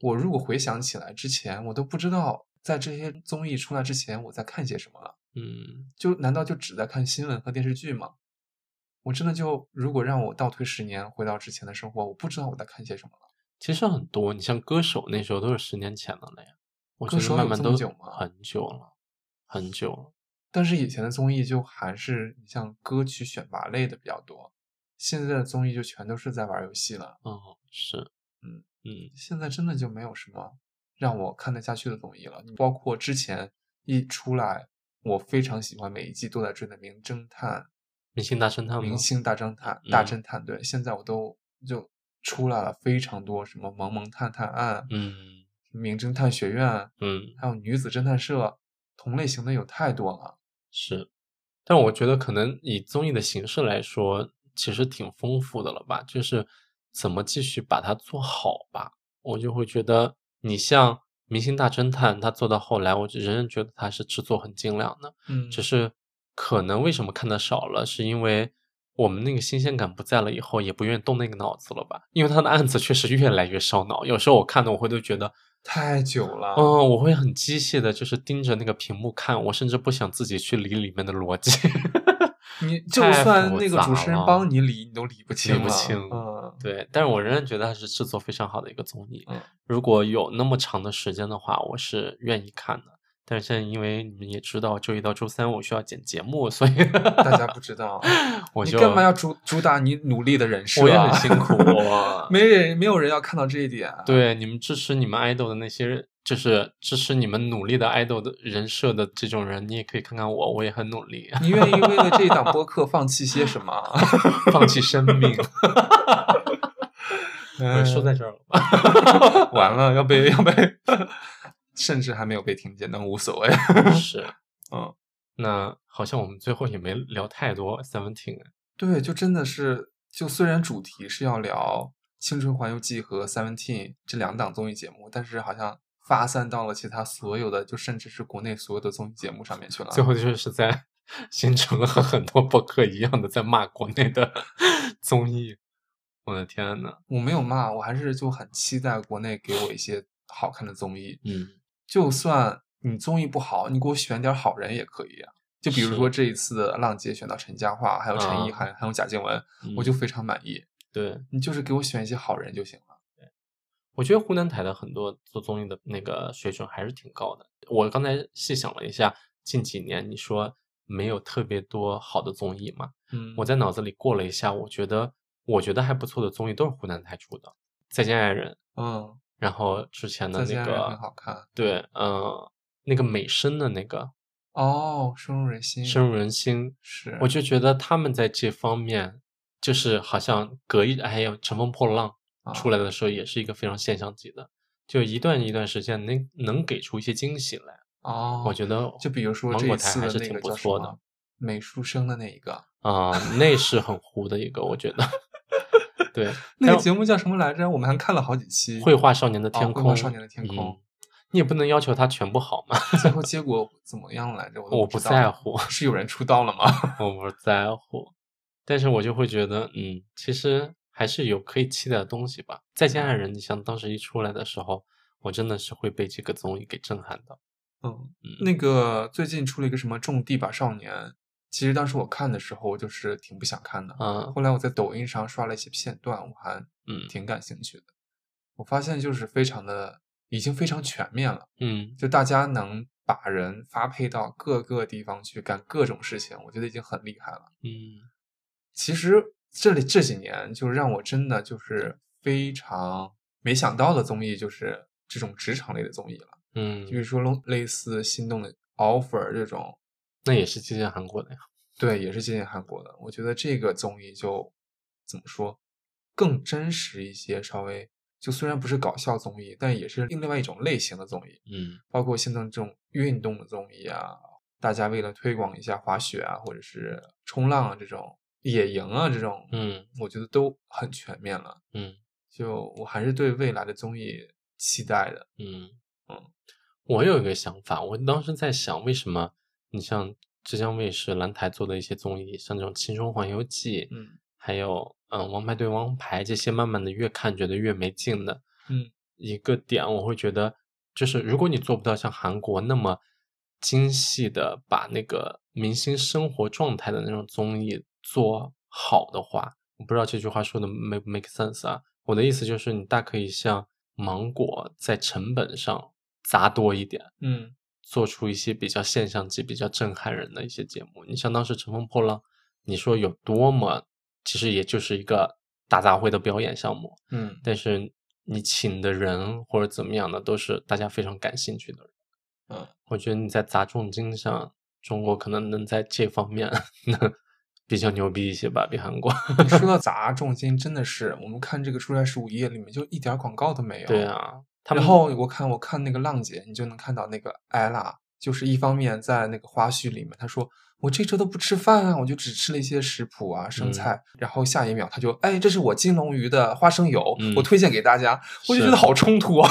S2: 我如果回想起来之前，我都不知道在这些综艺出来之前我在看些什么了。
S1: 嗯
S2: 就难道就只在看新闻和电视剧吗？我真的就如果让我倒退十年，回到之前的生活，我不知道我在看些什么了。
S1: 其实很多，你像歌手那时候都是十年前的了呀，我觉
S2: 歌手
S1: 得慢
S2: 有
S1: 慢
S2: 这么
S1: 都
S2: 久吗
S1: 很久了，很久了。
S2: 但是以前的综艺就还是你像歌曲选拔类的比较多，现在的综艺就全都是在玩游戏了。
S1: 哦，是，
S2: 嗯
S1: 嗯
S2: 现在真的就没有什么让我看得下去的综艺了。你包括之前一出来，我非常喜欢每一季都在追的《名侦探》
S1: 明星大侦探
S2: 《
S1: 吗？
S2: 明星大侦探》大
S1: 嗯
S2: 侦探，对，现在我都就出来了非常多，什么《萌萌探探案》、
S1: 嗯
S2: 名侦探学院，
S1: 嗯
S2: 还有女子侦探社，同类型的有太多了。
S1: 是，但我觉得可能以综艺的形式来说，其实挺丰富的了吧，就是怎么继续把它做好吧，我就会觉得你像《明星大侦探》，它做到后来，我仍然觉得它是制作很精良的。
S2: 嗯
S1: 只是可能为什么看的少了，是因为我们那个新鲜感不在了，以后也不愿意动那个脑子了吧？因为他的案子确实越来越烧脑，有时候我看的我会都觉得，
S2: 太久了。
S1: 嗯，我会很机械的，就是盯着那个屏幕看，我甚至不想自己去理里面的逻辑。
S2: 你就
S1: 太
S2: 算
S1: 复
S2: 那个
S1: 杂
S2: 主持人
S1: 了
S2: 帮你理，你都理不清
S1: 不
S2: 了
S1: 清
S2: 嗯，
S1: 对，但是我仍然觉得它是制作非常好的一个综艺。
S2: 嗯
S1: 如果有那么长的时间的话，我是愿意看的。但是现在因为你们也知道，周一到周三我需要剪节目，所以
S2: 大家不知道，啊
S1: 我
S2: 你
S1: 就
S2: 干嘛要主主打你努力的人设、啊？
S1: 我也很辛 苦啊
S2: 没人没有人要看到这一点。，啊
S1: 对，你们支持你们爱豆的那些，就是支持你们努力的爱豆的人设的这种人，你也可以看看我，我也很努力，
S2: 你愿意为了这一档播客放弃些什么？啊
S1: 放弃生 命。 我说 在这儿了吧？
S2: 完了，要被要被， 甚至还没有被听见，但无所谓。
S1: 是，
S2: 嗯，
S1: 那好像我们最后也没聊太多 Seventeen，
S2: 对，就真的是，就虽然主题是要聊《青春环游记》和《Seventeen》这两档综艺节目，但是好像发散到了其他所有的，就甚至是国内所有的综艺节目上面去了。
S1: 最后就是在形成了和很多博客一样的在骂国内的 综艺。我的天呐，
S2: 我没有骂，我还是就很期待国内给我一些好看的综艺。
S1: 嗯，
S2: 就算你综艺不好，你给我选点好人也可以啊。就比如
S1: 是
S2: 说这一次的浪姐选到陈嘉桦，还有陈意
S1: 啊嗯
S2: 涵，还有贾静雯，我就非常满意。
S1: 对，
S2: 你就是给我选一些好人就行了。
S1: 我觉得湖南台的很多做综艺的那个水准还是挺高的。我刚才细想了一下，近几年你说没有特别多好的综艺嘛？
S2: 嗯
S1: 我在脑子里过了一下，我觉得我觉得还不错的综艺都是湖南台出的，《再见爱人》，
S2: 嗯，
S1: 然后之前的
S2: 再见
S1: 那
S2: 爱人很
S1: 个
S2: 好看
S1: 对，呃，那个美声的那个
S2: 哦，深入人心，
S1: 深入人心，
S2: 是，
S1: 我就觉得他们在这方面就是好像隔一还有《乘风破浪》。
S2: 啊
S1: 出来的时候也是一个非常现象级的，就一段一段时间能能给出一些惊喜来。
S2: 哦，
S1: 我觉得
S2: 就比如说
S1: 芒
S2: 这一
S1: 果台
S2: 次
S1: 还
S2: 的
S1: 是
S2: 那
S1: 挺
S2: 个
S1: 不
S2: 叫什
S1: 错的
S2: 么美术生的那一个，
S1: 啊、那是很糊的一个，我觉得。 对，
S2: 那
S1: 但
S2: 个节目叫什么来着？我们还看了好几期。
S1: 绘画少年的
S2: 哦
S1: 天
S2: 绘
S1: 空，
S2: 画少年的天空
S1: 嗯你也不能要求他全部好嘛，
S2: 最后结果怎么样来着？我都
S1: 我
S2: 不
S1: 不
S2: 知道
S1: 在乎，
S2: 是有人出道了吗？
S1: 我不在乎。但是我就会觉得，嗯，其实还是有可以期待的东西吧。再见爱人，你像当时一出来的时候，我真的是会被这个综艺给震撼到。
S2: 嗯，
S1: 嗯，
S2: 那个最近出了一个什么《种地吧少年》，其实当时我看的时候，我就是挺不想看的。
S1: 啊，
S2: 后来我在抖音上刷了一些片段，我还
S1: 嗯
S2: 挺感兴趣的。我发现就是非常的，已经非常全面了，
S1: 嗯，
S2: 就大家能把人发配到各个地方去干各种事情，我觉得已经很厉害了。
S1: 嗯，
S2: 其实这里这几年就让我真的就是非常没想到的综艺，就是这种职场类的综艺了，
S1: 嗯，
S2: 就比如说类类似《心动的 offer》这种，
S1: 那也是借鉴韩国的呀。
S2: 对，也是借鉴韩国的。我觉得这个综艺就怎么说，更真实一些，稍微就虽然不是搞笑综艺，但也是另外一种类型的综艺，
S1: 嗯
S2: 包括现在这种运动的综艺啊，大家为了推广一下滑雪啊，或者是冲浪啊这种。野营啊，这种，
S1: 嗯
S2: 我觉得都很全面了。
S1: 嗯
S2: 就我还是对未来的综艺期待的。
S1: 嗯
S2: 嗯
S1: 我有一个想法，我当时在想，为什么你像浙江卫视、蓝台做的一些综艺，像这种《青春环游记》，
S2: 嗯
S1: 还有嗯《王牌对王牌》这些，慢慢的越看觉得越没劲的，
S2: 嗯，
S1: 一个点，我会觉得就是如果你做不到像韩国那么精细的把那个明星生活状态的那种综艺做好的话，我不知道这句话说的 make make sense 啊。我的意思就是，你大可以像芒果在成本上砸多一点，
S2: 嗯
S1: 做出一些比较现象级、比较震撼人的一些节目。你像当时《乘风破浪》，你说有多么，其实也就是一个大杂烩的表演项目，
S2: 嗯
S1: 但是你请的人或者怎么样的，都是大家非常感兴趣的人。
S2: 嗯，
S1: 我觉得你在砸重金上，中国可能能在这方面 能比较牛逼一些吧，比韩国。
S2: 你说 到砸重金，真的是我们看这个《初来十五夜》里面就一点儿广告都没有。
S1: 对啊，他们
S2: 然后我看我看那个浪姐，你就能看到那个艾拉，就是一方面在那个花絮里面，她说我这周都不吃饭啊，我就只吃了一些食谱啊、
S1: 嗯
S2: 生菜，然后下一秒她就哎，这是我金龙鱼的花生油，
S1: 嗯
S2: 我推荐给大家，我就是觉得好冲 突啊。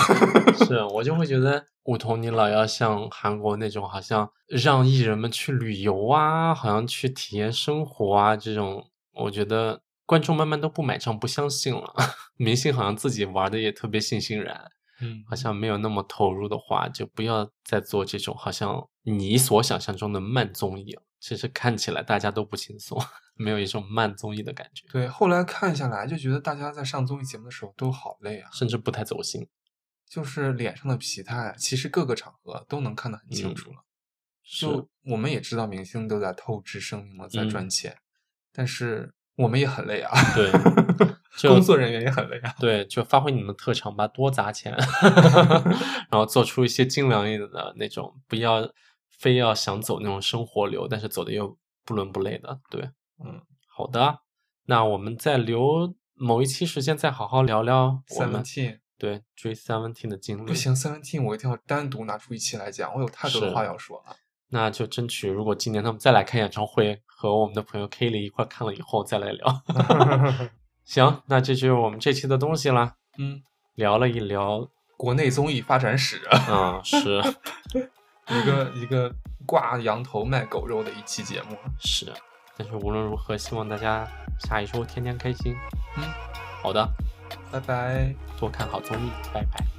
S1: 是我就会觉得梧桐，你老要像韩国那种，好像让艺人们去旅游啊，好像去体验生活啊这种，我觉得观众慢慢都不买账、不相信了。 明星好像自己玩的也特别悻悻然，
S2: 嗯
S1: 好像没有那么投入的话，就不要再做这种好像你所想象中的慢综艺了。其实看起来大家都不轻松， 没有一种慢综艺的感觉，
S2: 对，后来看下来就觉得大家在上综艺节目的时候都好累啊，
S1: 甚至不太走心。
S2: 就是脸上的疲态，其实各个场合都能看得很清
S1: 嗯
S2: 楚了。
S1: 是
S2: 就我们也知道明星都在透支生命了，在
S1: 嗯
S2: 赚钱，但是我们也很累啊。
S1: 对就
S2: 工作人员也很累啊。
S1: 对，就发挥你们的特长吧，多砸 钱，然后做出一些精良一点的那种，不要非要想走那种生活流，但是走的又不伦不类的。对，
S2: 嗯，
S1: 好的，那我们再留某一期时间再好好聊聊我们嗯
S2: Seventeen
S1: 对追 Seventeen 的经历。
S2: 不，行，Seventeen 我一定要单独拿出一期来讲，我有太多的
S1: 是
S2: 话 要说了。
S1: 那就争取如果今年他们再来看演唱会，和我们的朋友 Kelly 一块儿看了以后再来聊。 行，那这就是我们这期的东西啦，
S2: 嗯，
S1: 聊了一聊，
S2: 国内综艺发展史，
S1: 啊， 是。
S2: 一个一个挂羊头卖狗肉的一期节目。
S1: 是，但是无论如何，希望大家下一周天天开心。
S2: 嗯，
S1: 好的，
S2: 拜拜。
S1: 多看好综艺，拜拜。